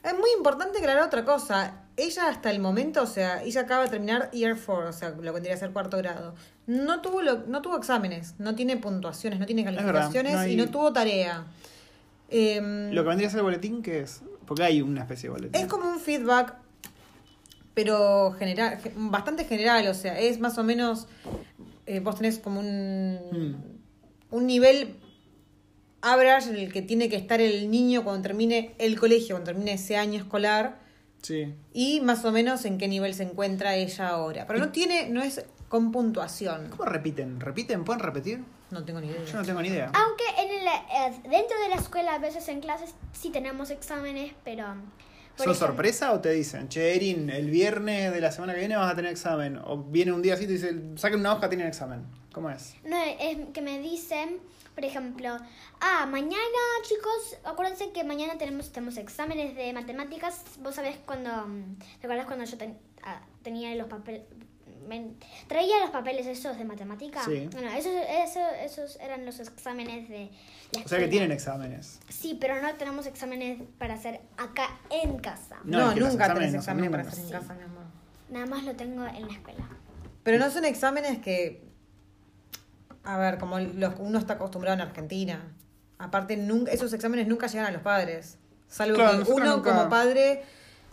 B: Es muy importante aclarar otra cosa. Ella hasta el momento, o sea, ella acaba de terminar Year 4, o sea, lo que tendría que ser cuarto grado. No tuvo, lo- no tuvo exámenes, no tiene puntuaciones, no tiene
A: verdad,
B: calificaciones
A: no hay-
B: y no tuvo tarea. Em,
A: Lo que vendría a ser el boletín, ¿qué es? Porque hay una especie de boletín.
B: Es como un feedback, pero general, ge- bastante general, o sea, es más o menos, eh, vos tenés como un, un nivel average en el que tiene que estar el niño cuando termine el colegio, cuando termine ese año escolar,
A: Sí.
B: y más o menos en qué nivel se encuentra ella ahora. Pero no tiene, no es con puntuación.
A: ¿Cómo repiten? ¿Repiten? ¿Pueden repetir?
B: No tengo ni idea.
A: Yo no tengo ni idea.
C: Aunque en el, eh, dentro de la escuela, a veces en clases, sí tenemos exámenes, pero... mm, por
A: ¿Son
C: ejemplo-
A: sorpresa o te dicen, che, Erin, el viernes de la semana que viene vas a tener examen? O viene un día así y te dice, saquen una hoja, tienen examen. ¿Cómo es?
C: No, es que me dicen, por ejemplo, ah, mañana, chicos, acuérdense que mañana tenemos, tenemos exámenes de matemáticas. Vos sabés cuando, mm, ¿te acuerdas cuando yo ten- ah, tenía los papeles, traía los papeles esos de matemática?
A: Sí.
C: Bueno, esos, eso- esos eran los exámenes
A: O
C: de la
A: sea que
C: escuela.
A: tienen exámenes.
C: Sí, pero no tenemos exámenes para hacer acá en casa.
A: No,
B: No,
A: es que los
B: nunca
A: exámenes
B: tenés
A: no son
B: exámenes para
A: números.
B: hacer en casa, mi amor.
C: Nada más lo tengo en la escuela.
B: Pero no son exámenes que. A ver, como los, uno está acostumbrado en Argentina. Aparte, nunca, esos exámenes nunca llegan a los padres. Salvo
A: Claro,
B: que
A: nosotros
B: uno,
A: nunca-
B: como padre,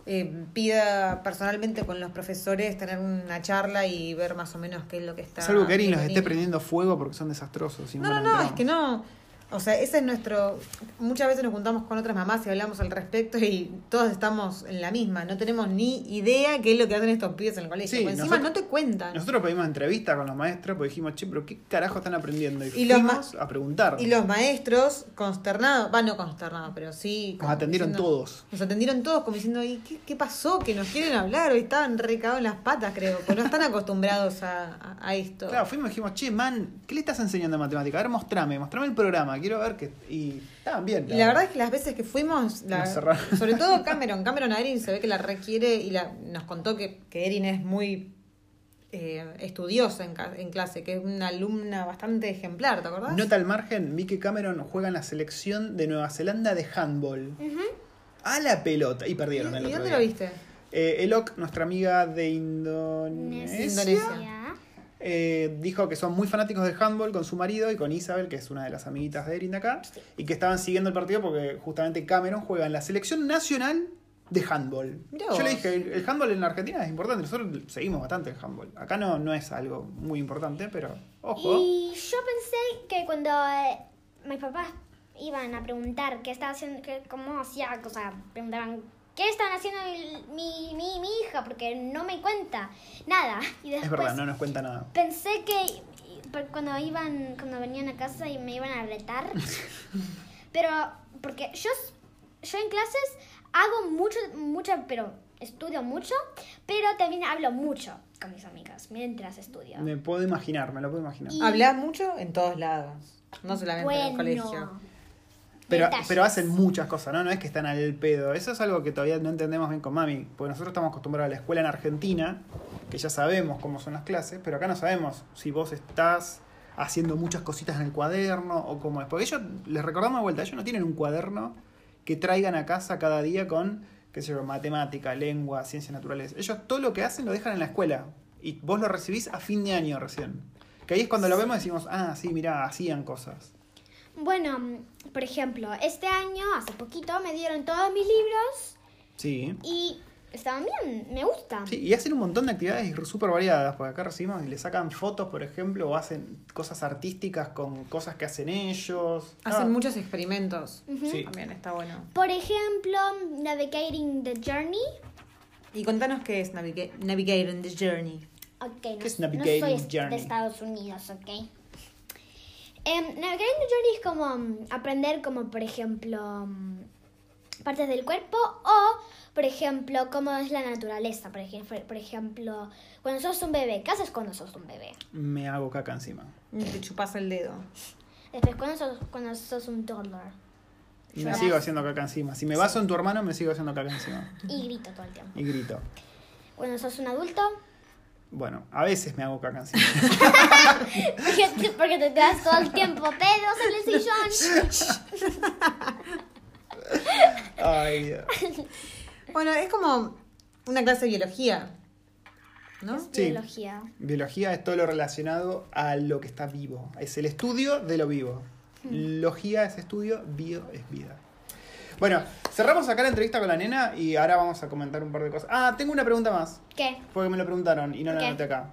B: eh, pida personalmente con los profesores tener una charla y ver más o menos qué es lo que está.
A: Salvo que Erin los
B: el
A: esté
B: niño.
A: prendiendo fuego porque son desastrosos. y
B: No, no,
A: bueno,
B: no,
A: entramos.
B: es que no. O sea, ese es nuestro. Muchas veces nos juntamos con otras mamás y hablamos al respecto y todos estamos en la misma. No tenemos ni idea qué es lo que hacen estos pibes en el colegio.
A: Sí,
B: Porque encima
A: nosotros-
B: no te cuentan.
A: Nosotros pedimos entrevista con los maestros porque dijimos, che, pero ¿qué carajo están aprendiendo? Y,
B: Y los
A: fuimos a preguntar.
B: Y los maestros, consternados, va, no consternados, pero sí.
A: Nos
B: como
A: atendieron
B: diciendo-
A: todos.
B: Nos atendieron todos como diciendo, ¿y qué, qué pasó? Que nos quieren hablar, hoy estaban recados en las patas, creo, porque no están acostumbrados a, a- a esto.
A: Claro, fuimos y dijimos, che, man, ¿qué le estás enseñando de matemática? A ver, mostrame, mostrame el programa, quiero ver que... Y estaban bien.
B: Y la verdad es que las veces que fuimos, la-
A: Nos cerraron.
B: sobre todo Cameron, Cameron a Erin se ve que la requiere y la, nos contó que, que Erin es muy eh, estudiosa en, ca- en clase, que es una alumna bastante ejemplar, ¿te acordás?
A: Nota al margen, Mickey Cameron juega en la selección de Nueva Zelanda de handball. A la pelota. Y
B: ¿Y,
A: perdieron el
B: y
A: otro
B: dónde
A: día.
B: lo viste?
A: Eh, Elok, nuestra amiga de Indonesia,
B: Indonesia.
A: eh, dijo que son muy fanáticos del handball con su marido y con Isabel, que es una de las amiguitas de Erin de acá, y que estaban siguiendo el partido porque justamente Cameron juega en la selección nacional de handball.
B: Mirá
A: Yo
B: vos.
A: le dije, el, el handball en la Argentina es importante, nosotros seguimos bastante el handball. Acá no, no es algo muy importante, pero ojo.
C: Y yo pensé que cuando eh, mis papás iban a preguntar qué estaba haciendo, qué- cómo hacía, o sea, preguntaban qué estaban haciendo el- mi, mi, mi hija, porque no me cuenta nada. Y después
A: Es verdad, no nos cuenta nada.
C: pensé que y- por- cuando iban, cuando venían a casa y me iban a retar, pero porque yo, s- yo en clases hago mucho, mucho, pero estudio mucho, pero también hablo mucho con mis amigas mientras estudio.
A: Me puedo imaginar, me lo puedo imaginar.
C: Y-
B: Hablas mucho en todos lados, no solamente en el colegio.
C: Bueno.
A: Pero,
C: detalles.
A: pero hacen muchas cosas, ¿no? No es que están al pedo. Eso es algo que todavía no entendemos bien con mami. Porque nosotros estamos acostumbrados a la escuela en Argentina, que ya sabemos cómo son las clases, pero acá no sabemos si vos estás haciendo muchas cositas en el cuaderno o cómo es. Porque ellos, les recordamos de vuelta, ellos no tienen un cuaderno que traigan a casa cada día con, qué sé yo, matemática, lengua, ciencias naturales. Ellos todo lo que hacen lo dejan en la escuela. Y vos lo recibís a fin de año recién. Que ahí es cuando lo vemos y decimos, ah, sí, mirá, hacían cosas.
C: Bueno, mm, por ejemplo, este año, hace poquito, me dieron todos mis libros
A: Sí.
C: y estaban bien, me gustan.
A: Sí, y hacen un montón de actividades súper variadas, porque acá recibimos y le sacan fotos, por ejemplo, o hacen cosas artísticas con cosas que hacen ellos.
B: Hacen
A: Ah,
B: muchos experimentos.
C: Ujú.
A: Sí.
B: También está bueno.
C: Por ejemplo, Navigating the Journey.
B: Y contanos qué es Naviga- Navigating the Journey.
C: Ok, no,
A: ¿Qué es
C: no
A: Navigating
C: soy est- de
A: Journey?
C: Estados Unidos, ok. Em, Navigating the Journey es como mm, aprender como, por ejemplo, mm, partes del cuerpo o, por ejemplo, cómo es la naturaleza. Por ejemplo, por ejemplo cuando sos un bebé, ¿qué haces cuando sos un bebé?
A: Me hago caca encima.
B: Y Te chupas el dedo.
C: Después, cuando sos, cuando sos un toddler?
A: Y me
C: Llorás.
A: sigo haciendo caca encima. Si me baso en tu hermano, me sigo haciendo caca encima.
C: Y grito todo el tiempo.
A: Y grito.
C: Cuando sos un adulto,
A: Bueno, a veces me hago caca encima.
C: porque te, porque te das todo el tiempo pedos en el sillón.
A: Ay, Dios.
B: Bueno, es como una clase de biología. ¿No?
A: Sí.
C: Biología.
A: Biología es todo lo relacionado a lo que está vivo. Es el estudio de lo vivo. Logía es estudio, bio es vida. Bueno, cerramos acá la entrevista con la nena y ahora vamos a comentar un par de cosas. Ah, tengo una pregunta más,
C: ¿Qué?
A: porque me lo preguntaron y no la
C: Ok.
A: anoté acá.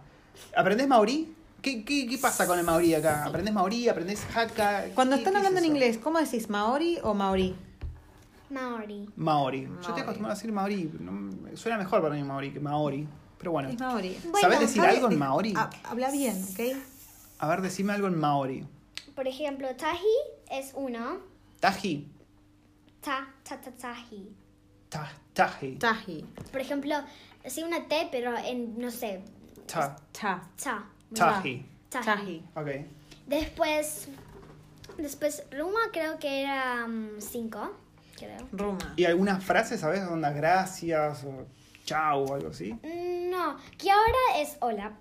A: ¿Aprendés maorí? ¿Qué, qué, qué pasa con el maorí acá? ¿Aprendés maorí? ¿Aprendés jaca?
B: Cuando
A: ¿Qué-
B: están
A: qué es
B: hablando en
A: eso?
B: inglés, ¿cómo decís maori o maori?
C: Maori.
A: Maori. Yo
B: Maori.
A: estoy acostumbrado a decir maorí. no- suena mejor para mí maorí que maori. Pero bueno.
B: Es maori.
C: Bueno,
A: ¿Sabés decir
B: ¿Sabe-
A: algo en maorí?
B: Ha- Ah, Habla bien, ¿ok?
A: A ver, decime algo en maori.
C: Por ejemplo, tahi es uno.
A: Taji.
C: Ta, ta, ta, tahi.
A: Ta, taji.
B: Tahi.
C: Por ejemplo, sí una T, pero en, no sé,
A: Ta.
B: Ta.
C: ta.
A: Taji.
C: Tahi.
B: Tahi.
A: Ok.
C: Después, después, Ruma creo que era mm, cinco, creo.
B: Ruma.
A: ¿Y algunas frases, sabes? Onda, gracias o chau o algo así.
C: Mm, No, que ahora es hola.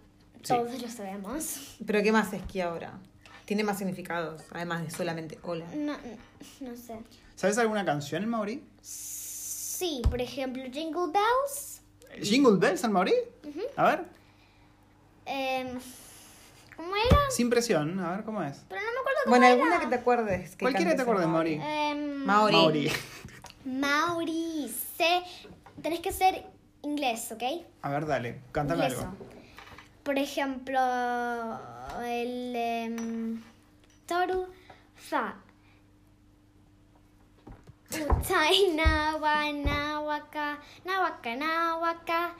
A: Sí.
C: Todos lo sabemos.
B: ¿Pero qué más es que ahora? Tiene más significados, además de solamente hola.
C: No, no sé.
A: ¿Sabes alguna canción en maorí?
C: Sí, por ejemplo, Jingle Bells.
A: ¿Jingle Bells en maorí? A ver,
C: em, ¿Cómo era?
A: sin presión, a ver cómo es.
C: Pero no me acuerdo cómo
B: Bueno,
C: era.
B: alguna que te acuerdes. Que
A: Cualquiera que te
B: cantes
A: acuerdes,
B: en
A: maorí.
C: Em,
B: Maori.
A: Maorí.
C: Mauri, sé, tenés que ser inglés, ¿ok?
A: A ver, dale, cántame
C: Inglés.
A: algo.
C: Por ejemplo, el em, toru fa. Utai nawa nawaka nawaka nawaka.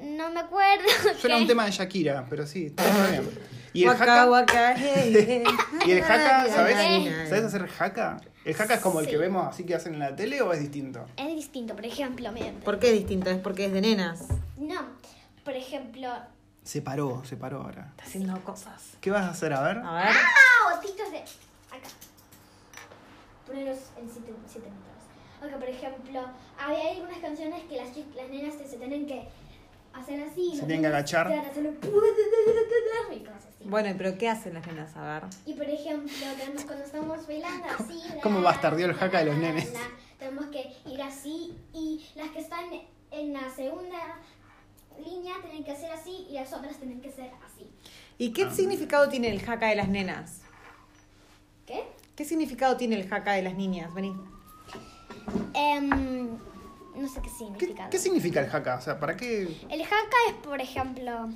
C: No me acuerdo.
A: Suena
C: ok.
A: un tema de Shakira, pero sí, está bien. ¿Y el
B: Waka,
A: jaca?
B: waka, hey, hey.
A: ¿Y el jaca, sabes?
C: Ok.
A: ¿Sabes hacer jaca? ¿El jaca es como el que
C: Eh. Sí.
A: vemos así que hacen en la tele o es distinto?
C: Es distinto, por ejemplo, miren.
B: ¿Por qué es distinto? Es porque es de nenas. Está
C: No, por ejemplo.
A: Se paró, se paró ahora.
B: haciendo cosas.
A: ¿Qué vas a hacer? A ver.
B: A ver.
C: ¡Ah! Botitos de. Acá. Ponerlos en 7 metros. Ok, por ejemplo, había algunas canciones que las, chicas- las nenas se, se tienen que hacer así.
A: Se
C: los
A: tienen que
C: nenas
A: agachar.
C: tienen que hacer un y cosas así.
B: Bueno, pero ¿qué hacen las nenas? A ver.
C: Y por ejemplo, tenemos, cuando estamos bailando así. la,
A: cómo bastardeó el jaca de los
C: la, la,
A: nenes?
C: la, tenemos que ir así y las que están en la segunda línea tienen que hacer así y las otras tienen que ser así.
B: ¿Y
A: Ah.
B: qué significado tiene el jaca de las nenas?
C: ¿Qué?
B: ¿Qué significado tiene el jaca de las niñas? Vení.
C: Em, no sé qué
A: ¿Qué,
C: significado.
A: qué significa el jaca? O sea, ¿para qué?
C: El haka es, por ejemplo,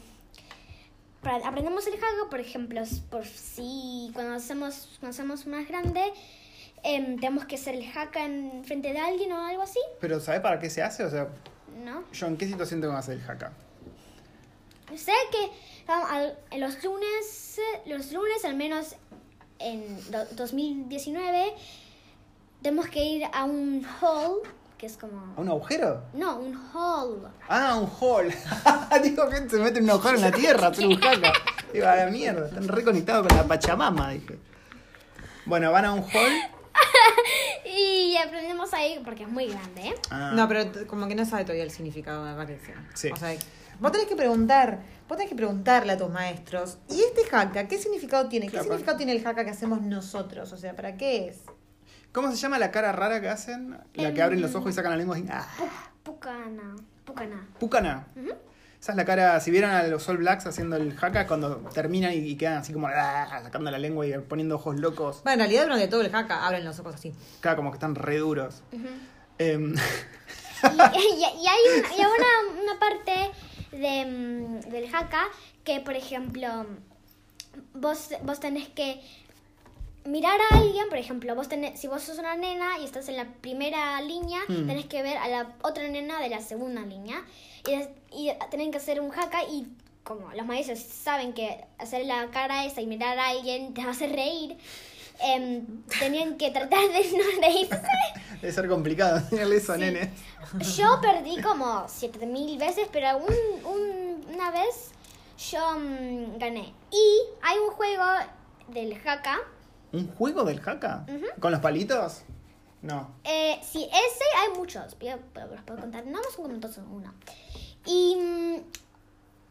C: para- aprendemos el haka, por ejemplo, s- por si cuando hacemos, cuando hacemos más grande, em, tenemos que hacer el haka en frente de alguien o algo así,
A: ¿Pero sabes para qué se hace? O sea,
C: ¿no?
A: yo en qué situación tengo que hacer el jaca.
C: Sé que vamos, al- en los lunes, eh, los lunes al menos en do- 2019, tenemos que ir a un hall, que es como...
A: ¿A un agujero?
C: No, un hall.
A: Ah, un hall. Digo, que se mete un agujero en la tierra, hacer un jaco. Digo, a la mierda, están reconectados con la Pachamama, dije. Bueno, van a un hall.
C: Y aprendemos ahí porque es muy grande, ¿eh?
A: Ah,
B: No, pero t- como que no sabe todavía el significado de Patricia.
A: Sí.
B: O sea, vos tenés que preguntar, vos tenés que preguntarle a tus maestros, ¿y este jaca qué significado tiene? ¿Qué
A: Claro,
B: significado tiene el jaca que hacemos nosotros? O sea, ¿para qué es?
A: ¿Cómo se llama la cara rara que hacen? La que abren los ojos y sacan la lengua así. Ah,
C: Pucana. Pucana.
A: pucana. Esa es la cara, si vieron a los All Blacks haciendo el haka, cuando terminan y, y quedan así como ah, sacando la lengua y poniendo ojos locos,
B: Bueno, en realidad durante todo el jaca abren los ojos así.
A: cada como que están re duros. Em,
C: Y, y- y hay una, y hay una, una parte de, mm, del jaca que, por ejemplo, vos, vos tenés que mirar a alguien, por ejemplo, vos tenés, si vos sos una nena y estás en la primera línea,
A: Mm.
C: tenés que ver a la otra nena de la segunda línea y, des- y tienen que hacer un jaca y como los maestros saben que hacer la cara esa y mirar a alguien te hace reír, em, tenían que tratar de no reírse.
A: debe ser complicado enseñarle eso a
C: Sí.
A: nenes.
C: Yo perdí como 7000 veces, pero un- un- una vez yo mm, gané. Y hay un juego del Haka.
A: ¿Un juego del haka? ¿Con los palitos? No.
C: Eh, sí, ese hay muchos, pero pero los puedo contar. No, no son como dos, son uno. Y mm,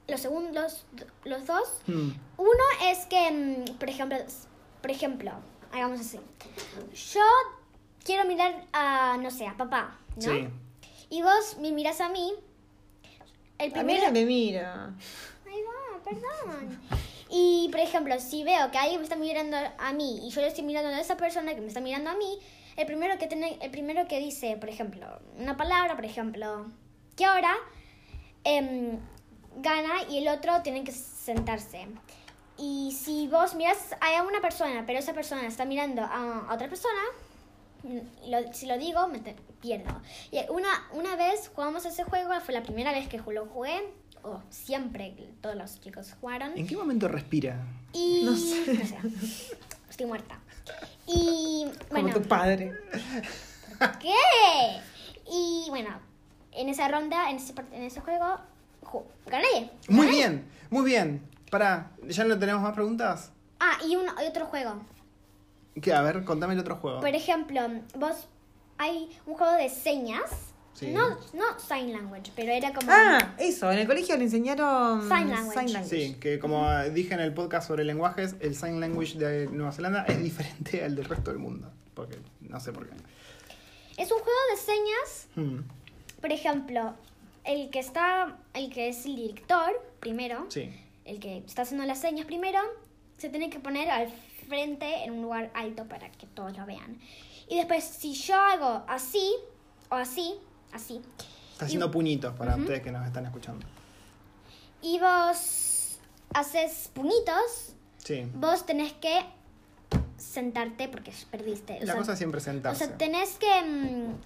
C: los segundos, los dos.
A: Hmm.
C: Uno es que, mm, por ejemplo, s- por ejemplo, hagamos así. Yo quiero mirar a, no sé, a papá, ¿no?
A: Sí.
C: Y vos me miras a mí. El
B: A mí
C: primero.
B: no me mira.
C: Ahí va, perdón. Y por ejemplo, si veo que alguien me está mirando a mí y yo le estoy mirando a esa persona que me está mirando a mí, el primero que tiene, el primero que dice, por ejemplo, una palabra, por ejemplo, que ahora em, gana y el otro tiene que sentarse. Y si vos miras a una persona, pero esa persona está mirando a a otra persona, mm, lo- si lo digo, me te- pierdo. Y una, una vez jugamos ese juego, fue la primera vez que ju- lo jugué, o siempre todos los chicos jugaron.
A: ¿En qué momento respira?
C: Y.
B: No sé.
C: no sé. Estoy muerta. Y.
B: Como
C: Bueno,
B: tu padre.
C: ¿qué? Y bueno, en esa ronda, en ese, part- en ese juego, ju- gané.
A: Muy bien, muy bien. Pará, ¿ya no tenemos más preguntas?
C: Ah, y, un, y otro juego.
A: ¿Qué? A ver, contame el otro
B: Ah.
A: juego.
C: Por ejemplo, vos. Hay un juego de señas.
A: Sí.
C: No, no sign language, pero era como.
B: Ah, eso, en el colegio le enseñaron
C: Sign language.
A: Sí, que como dije en el podcast sobre lenguajes, el sign language de Nueva Zelanda es diferente al del resto del mundo. Porque no sé por qué.
C: Es un juego de señas
A: Hmm,
C: Por ejemplo, el que está, el que es el director primero,
A: Sí.
C: el que está haciendo las señas primero, se tiene que poner al frente en un lugar alto para que todos lo vean. Y después, si yo hago así o así, así,
A: Está haciendo puñitos para ustedes que nos están escuchando.
C: y vos haces puñitos,
A: Sí.
C: vos tenés que sentarte porque perdiste. O
A: La
C: sea,
A: cosa es siempre
C: O
A: sentarse.
C: sea, tenés que.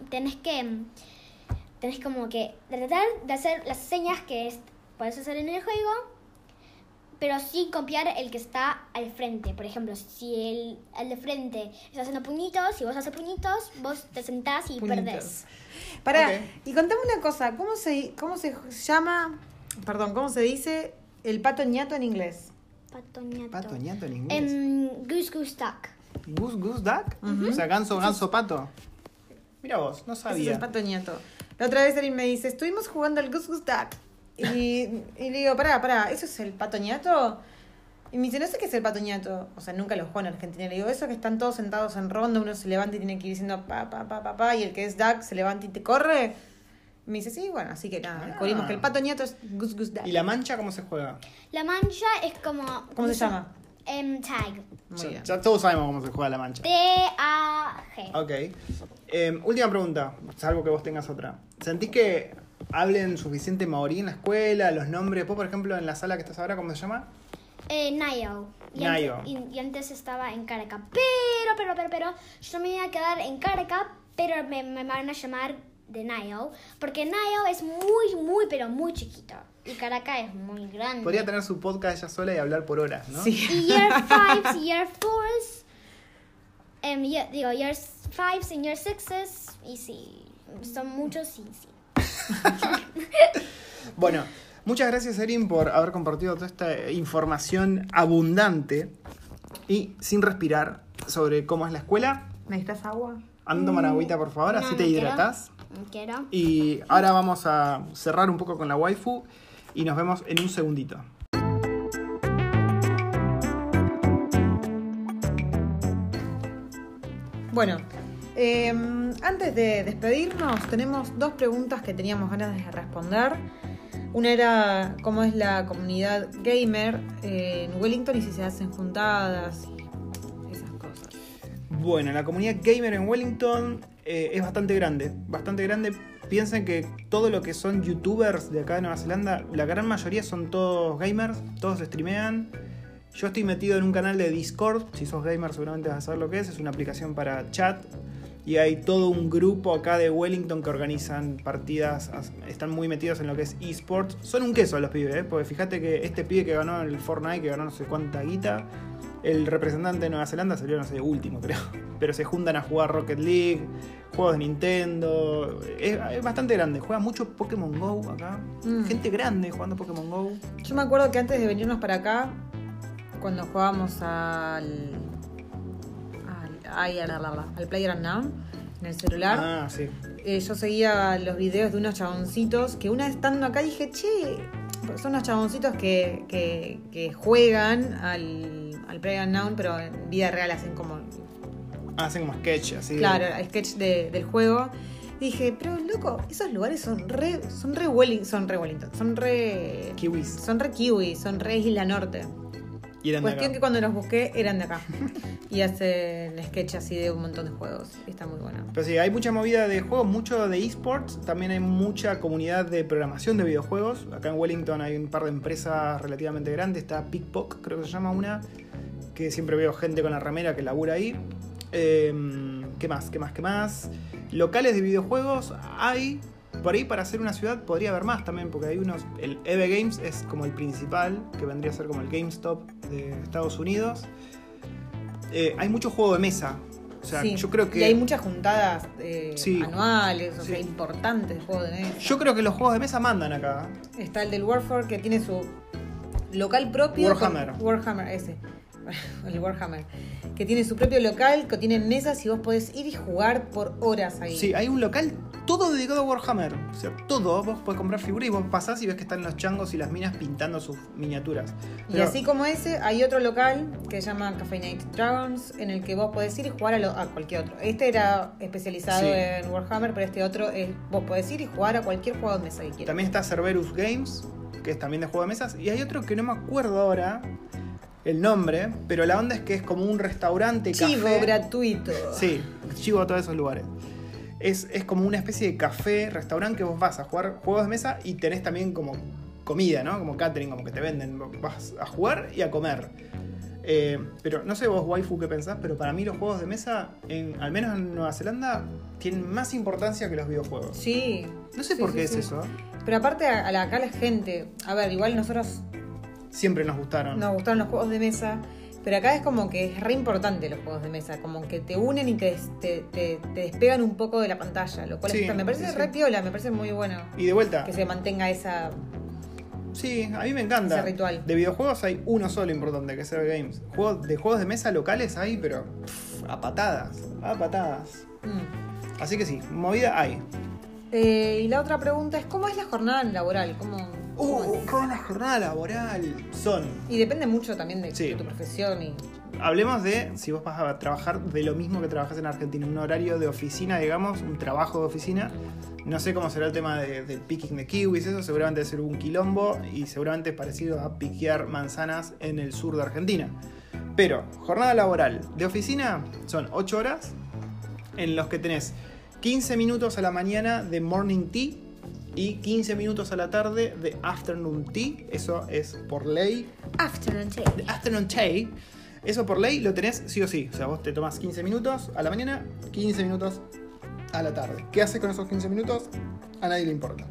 C: mm, Tenés que. mm, Tenés como que tratar de hacer las señas que es- puedes hacer en el juego, pero sin copiar el que está al frente. Por ejemplo, si el, el de frente está haciendo puñitos, si vos haces puñitos, vos te sentás y
B: Puñitos.
C: perdés.
B: Pará,
A: Ok.
B: y contame una cosa, ¿cómo se, ¿cómo se llama, perdón, cómo se dice el pato ñato en inglés?
C: Patoñato.
A: Pato, ñato en inglés.
C: Em, goose Goose Duck.
A: Goose, goose, duck. O sea, ganso, ganso, pato. Mira vos, no
B: Ese es
A: sabía.
B: el pato ñato. La otra vez alguien me dice, estuvimos jugando al Gus Gus Duck. Y, y le digo, pará, pará, ¿eso es el pato ñato? Y me dice, no sé qué es el pato ñato. O sea, nunca lo jugó en Argentina. Le digo, eso que están todos sentados en ronda, uno se levanta y tiene que ir diciendo pa, pa, pa, pa, pa, y el que es duck se levanta y te corre. Me dice, sí, bueno, así que nada,
A: Ah.
B: descubrimos que el pato ñato es Gus Gus Duck.
A: ¿Y la mancha cómo se juega?
C: La mancha es como.
B: ¿Cómo se llama?
C: Em, tag.
B: Muy
A: Ya-
B: bien.
A: ya todos sabemos cómo se juega la mancha.
C: T-A-G.
A: Ok. Eh, última pregunta, salvo que vos tengas otra. ¿Sentís que hablen suficiente maorí en la escuela, los nombres? Vos, por ejemplo, en la sala que estás ahora, ¿cómo se llama?
C: Eh, Nayo. Y,
A: Nayo.
C: ante- y- y antes estaba en Caraca. Pero, pero, pero, pero, yo me iba a quedar en Caraca, pero me, me van a llamar de Nayo. Porque Nayo es muy, muy, pero muy chiquito. Y Caraca es muy grande.
A: Podría tener su podcast ella sola y hablar por horas, ¿no?
B: Sí.
C: Y Year 5, Year 4 Em, ye- digo, year 5 y year 6 es easy. Son muchos y sí.
A: Bueno, muchas gracias Erin por haber compartido toda esta información abundante y sin respirar sobre cómo es la escuela.
B: ¿Necesitas agua?
A: Anda tomar agüita, por favor, así
C: No,
A: te
C: no quiero.
A: hidratas.
C: No quiero.
A: Y ahora vamos a cerrar un poco con la waifu y nos vemos en un segundito.
B: Bueno, eh, antes de despedirnos, tenemos dos preguntas que teníamos ganas de responder. Una era cómo es la comunidad gamer eh, en Wellington y si se hacen juntadas y esas cosas.
A: Bueno, la comunidad gamer en Wellington eh, es bastante grande, bastante grande. Piensen que todo lo que son youtubers de acá de Nueva Zelanda, la gran mayoría son todos gamers, todos streamean. Yo estoy metido en un canal de Discord, si sos gamer seguramente vas a saber lo que es, es una aplicación para chat. Y hay todo un grupo acá de Wellington que organizan partidas, as- están muy metidos en lo que es esports. Son un queso los pibes, ¿eh? porque fíjate que este pibe que ganó el Fortnite, que ganó no sé cuánta guita, el representante de Nueva Zelanda salió, no sé, último, creo. Pero se juntan a jugar Rocket League, juegos de Nintendo. Es, es bastante grande. Juega mucho Pokémon Go acá.
B: Mm.
A: Gente grande jugando Pokémon Go.
B: Yo me acuerdo que antes de venirnos para acá, cuando jugábamos al. al, ay, a la, la, la, al PlayerUnknown en el celular,
A: Ah, sí.
B: eh, yo seguía los videos de unos chaboncitos que una vez estando acá dije, che, son unos chaboncitos que, que, que juegan al, al PlayerUnknown, pero en vida real hacen como.
A: Hacen como sketch, así. de-
B: Claro, el sketch de- del juego. Y dije, pero loco, esos lugares son re. son re Welling- son re Wellington, son re.
A: Kiwis.
B: Son re kiwi, son re Isla Norte.
A: Y eran de acá.
B: Cuestión que cuando los busqué eran de acá. y hacen sketch así de un montón de juegos. Y Está muy bueno.
A: Pero sí, hay mucha movida de juegos, mucho de esports, también hay mucha comunidad de programación de videojuegos. Acá en Wellington hay un par de empresas relativamente grandes, está Pickpock, creo que se llama una, que siempre veo gente con la ramera que labura ahí. Em, ¿Qué más? ¿Qué más? ¿Qué más? Locales de videojuegos hay. Por ahí para hacer una ciudad podría haber más también, porque hay unos. El EVE Games es como el principal, que vendría a ser como el GameStop de Estados Unidos. Eh, hay mucho juego de mesa. O sea,
B: Sí.
A: yo creo que.
B: Y hay muchas juntadas eh,
A: Sí.
B: anuales, o
A: Sí.
B: sea, importantes de juego de mesa.
A: Yo creo que los juegos de mesa mandan acá.
B: Está el del Warfare que tiene su local propio.
A: Warhammer.
B: con- Warhammer, ese. El Warhammer. Que tiene su propio local, que tiene mesas y vos podés ir y jugar por horas ahí.
A: Sí, hay un local todo dedicado a Warhammer. O sea, todo. Vos podés comprar figuras y vos pasás y ves que están los changos y las minas pintando sus miniaturas.
B: Y
A: Pero-
B: así como ese, hay otro local que se llama Cafe Night Dragons, en el que vos podés ir y jugar a, lo- a cualquier otro. Este era especializado
A: Sí.
B: en Warhammer, pero este otro es vos podés ir y jugar a cualquier juego de mesa que quieras.
A: También está Cerberus Games, que es también de juego de mesas. Y hay otro que no me acuerdo ahora el nombre, pero la onda es que es como un restaurante
B: Chivo
A: café.
B: gratuito.
A: Sí, chivo a todos esos lugares. Es, es como una especie de café, restaurante que vos vas a jugar juegos de mesa y tenés también como comida, ¿no? Como catering, como que te venden. Vas a jugar y a comer. Eh, pero no sé vos, waifu, qué pensás, pero para mí los juegos de mesa, en, al menos en Nueva Zelanda, tienen más importancia que los videojuegos.
B: Sí.
A: No sé
B: Sí,
A: por
B: sí,
A: qué es
B: sí.
A: eso. ¿eh?
B: Pero aparte, a, a la, acá la gente. A ver, igual nosotros
A: Siempre nos gustaron.
B: nos gustaron los juegos de mesa, pero acá es como que es re importante los juegos de mesa, como que te unen y te, te, te- te despegan un poco de la pantalla, lo cual
A: Sí,
B: está- me parece
A: sí, sí.
B: re piola, me parece muy bueno
A: Y de vuelta,
B: que se mantenga esa.
A: Sí, a mí me encanta.
B: Ese ritual.
A: De videojuegos hay uno solo importante, que es Ever Games. Juegos- de juegos de mesa locales hay, pero pff, a patadas, a patadas.
B: Mm.
A: Así que sí, movida hay.
B: Eh, y la otra pregunta es, ¿cómo es la jornada laboral? ¿Cómo, cómo
A: Uh,
B: es?
A: qué buena jornada laboral. Son.
B: Y depende mucho también de,
A: Sí.
B: de tu profesión. Y...
A: Hablemos de si vos vas a trabajar de lo mismo que trabajas en Argentina, un horario de oficina, digamos, un trabajo de oficina. No sé cómo será el tema de- del picking de kiwis, eso seguramente debe ser un quilombo y seguramente es parecido a piquear manzanas en el sur de Argentina. Pero, jornada laboral de oficina son 8 horas en los que tenés 15 minutos a la mañana de morning tea y 15 minutos a la tarde de afternoon tea. Eso es por ley
C: Afternoon tea.
A: The afternoon tea, eso por ley lo tenés sí o sí. O sea, vos te tomás 15 minutos a la mañana, 15 minutos a la tarde. ¿Qué haces con esos 15 minutos? A nadie le importa.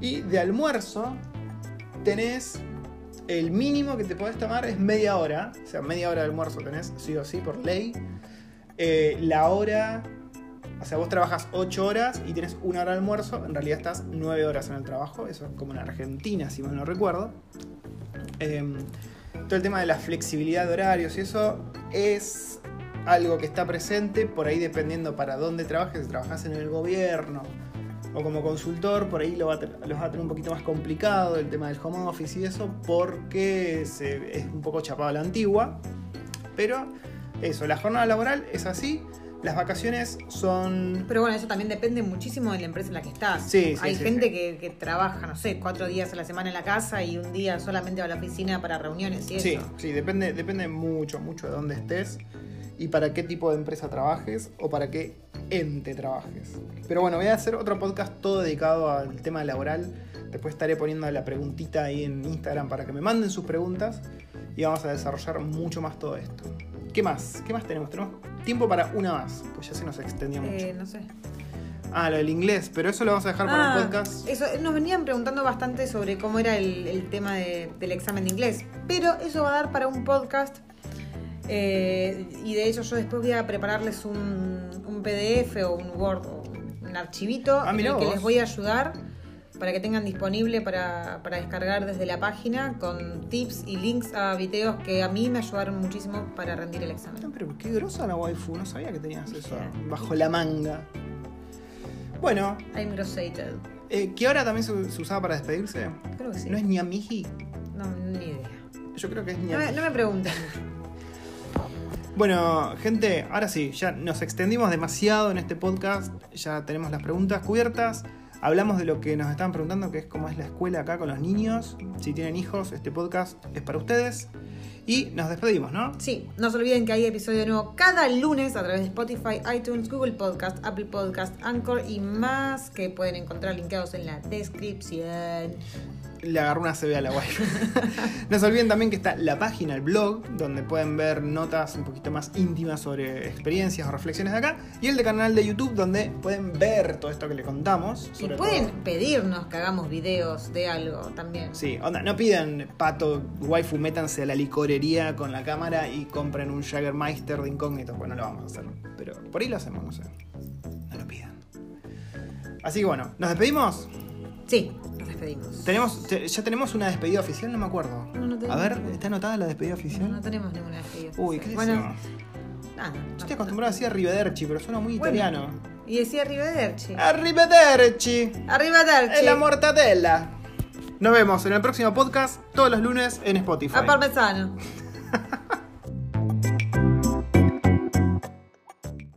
A: Y de almuerzo tenés el mínimo que te podés tomar es media hora. O sea, media hora de almuerzo tenés sí o sí por ley. eh, la hora. O sea, vos trabajas 8 horas y tenés una hora de almuerzo, en realidad estás 9 horas en el trabajo, eso es como en Argentina, si mal no recuerdo. Em, todo el tema de la flexibilidad de horarios y eso es algo que está presente, por ahí dependiendo para dónde trabajes, si trabajas en el gobierno o como consultor, por ahí lo va a tener- los va a tener un poquito más complicado el tema del home office y eso, porque se- es un poco chapado a la antigua. Pero eso, la jornada laboral es así, las vacaciones son...
B: Pero bueno, eso también depende muchísimo de la empresa en la que estás.
A: Sí, sí,
B: Hay
A: sí,
B: gente
A: sí.
B: Que, que trabaja, no sé, cuatro días a la semana en la casa y un día solamente va a la oficina para reuniones y
A: Sí,
B: eso.
A: sí, depende, depende mucho, mucho de dónde estés y para qué tipo de empresa trabajes o para qué ente trabajes. Pero bueno, voy a hacer otro podcast todo dedicado al tema laboral. Después estaré poniendo la preguntita ahí en Instagram para que me manden sus preguntas y vamos a desarrollar mucho más todo esto. ¿Qué más? ¿Qué más tenemos? Tenemos tiempo para una más, pues ya se nos extendió mucho.
B: Eh, no sé.
A: Ah, lo del inglés, pero eso lo vamos a dejar para
B: Ah,
A: el podcast.
B: Eso, nos venían preguntando bastante sobre cómo era el, el tema de- del examen de inglés, pero eso va a dar para un podcast. eh, y de hecho yo después voy a prepararles un, un PDF o un Word, o un archivito
A: Ah,
B: en
A: mirá
B: el que
A: vos.
B: les voy a ayudar para que tengan disponible para, para descargar desde la página con tips y links a videos que a mí me ayudaron muchísimo para rendir el
A: Ah,
B: examen.
A: Pero qué grosa la waifu, no sabía que tenías eso bajo la manga. Bueno,
B: I'm grosated.
A: Eh, que ahora también se, se usaba para despedirse.
B: Creo que sí.
A: ¿No es ñamiji?
B: No, ni idea.
A: Yo creo que es
B: No me,
A: ñamiji.
B: no me pregunten.
A: Bueno, gente, ahora sí, ya nos extendimos demasiado en este podcast. Ya tenemos las preguntas cubiertas. Hablamos de lo que nos están preguntando, que es cómo es la escuela acá con los niños. Si tienen hijos, este podcast es para ustedes. Y nos despedimos, ¿no?
B: Sí, no se olviden que hay episodio nuevo cada lunes a través de Spotify, iTunes, Google Podcast, Apple Podcast, Anchor y más que pueden encontrar linkeados en la descripción.
A: Le agarró una CB a la guay. no se olviden también que está la página, el blog, donde pueden ver notas un poquito más íntimas sobre experiencias o reflexiones de acá. Y el de canal de YouTube, donde pueden ver todo esto que le contamos.
B: Y
A: sobre
B: pueden
A: todo.
B: pedirnos que hagamos videos de algo también.
A: Sí, onda, no pidan pato, waifu, métanse a la licorería con la cámara y compren un Jaggermeister de incógnito. Bueno, no lo vamos a hacer. Pero por ahí lo hacemos, no sé. No lo pidan. Así que bueno, ¿nos despedimos?
B: Sí, nos despedimos.
A: ¿Tenemos, te- ¿Ya tenemos una despedida oficial? No me acuerdo.
B: No, no
A: a
B: tenemos.
A: ver, ¿está anotada la despedida
B: No,
A: oficial?
B: no tenemos ninguna despedida.
A: Uy, ¿qué es
B: Bueno,
A: eso?
B: nada.
A: Yo
B: no.
A: estoy acostumbrado a decir Arrivederci, pero suena muy
B: Bueno.
A: italiano.
B: Y decía Arrivederci.
A: Ah. Arrivederci,
B: Arriba Darchi.
A: la mortadela. Nos vemos en el próximo podcast, todos los lunes en Spotify.
B: A Parmesano.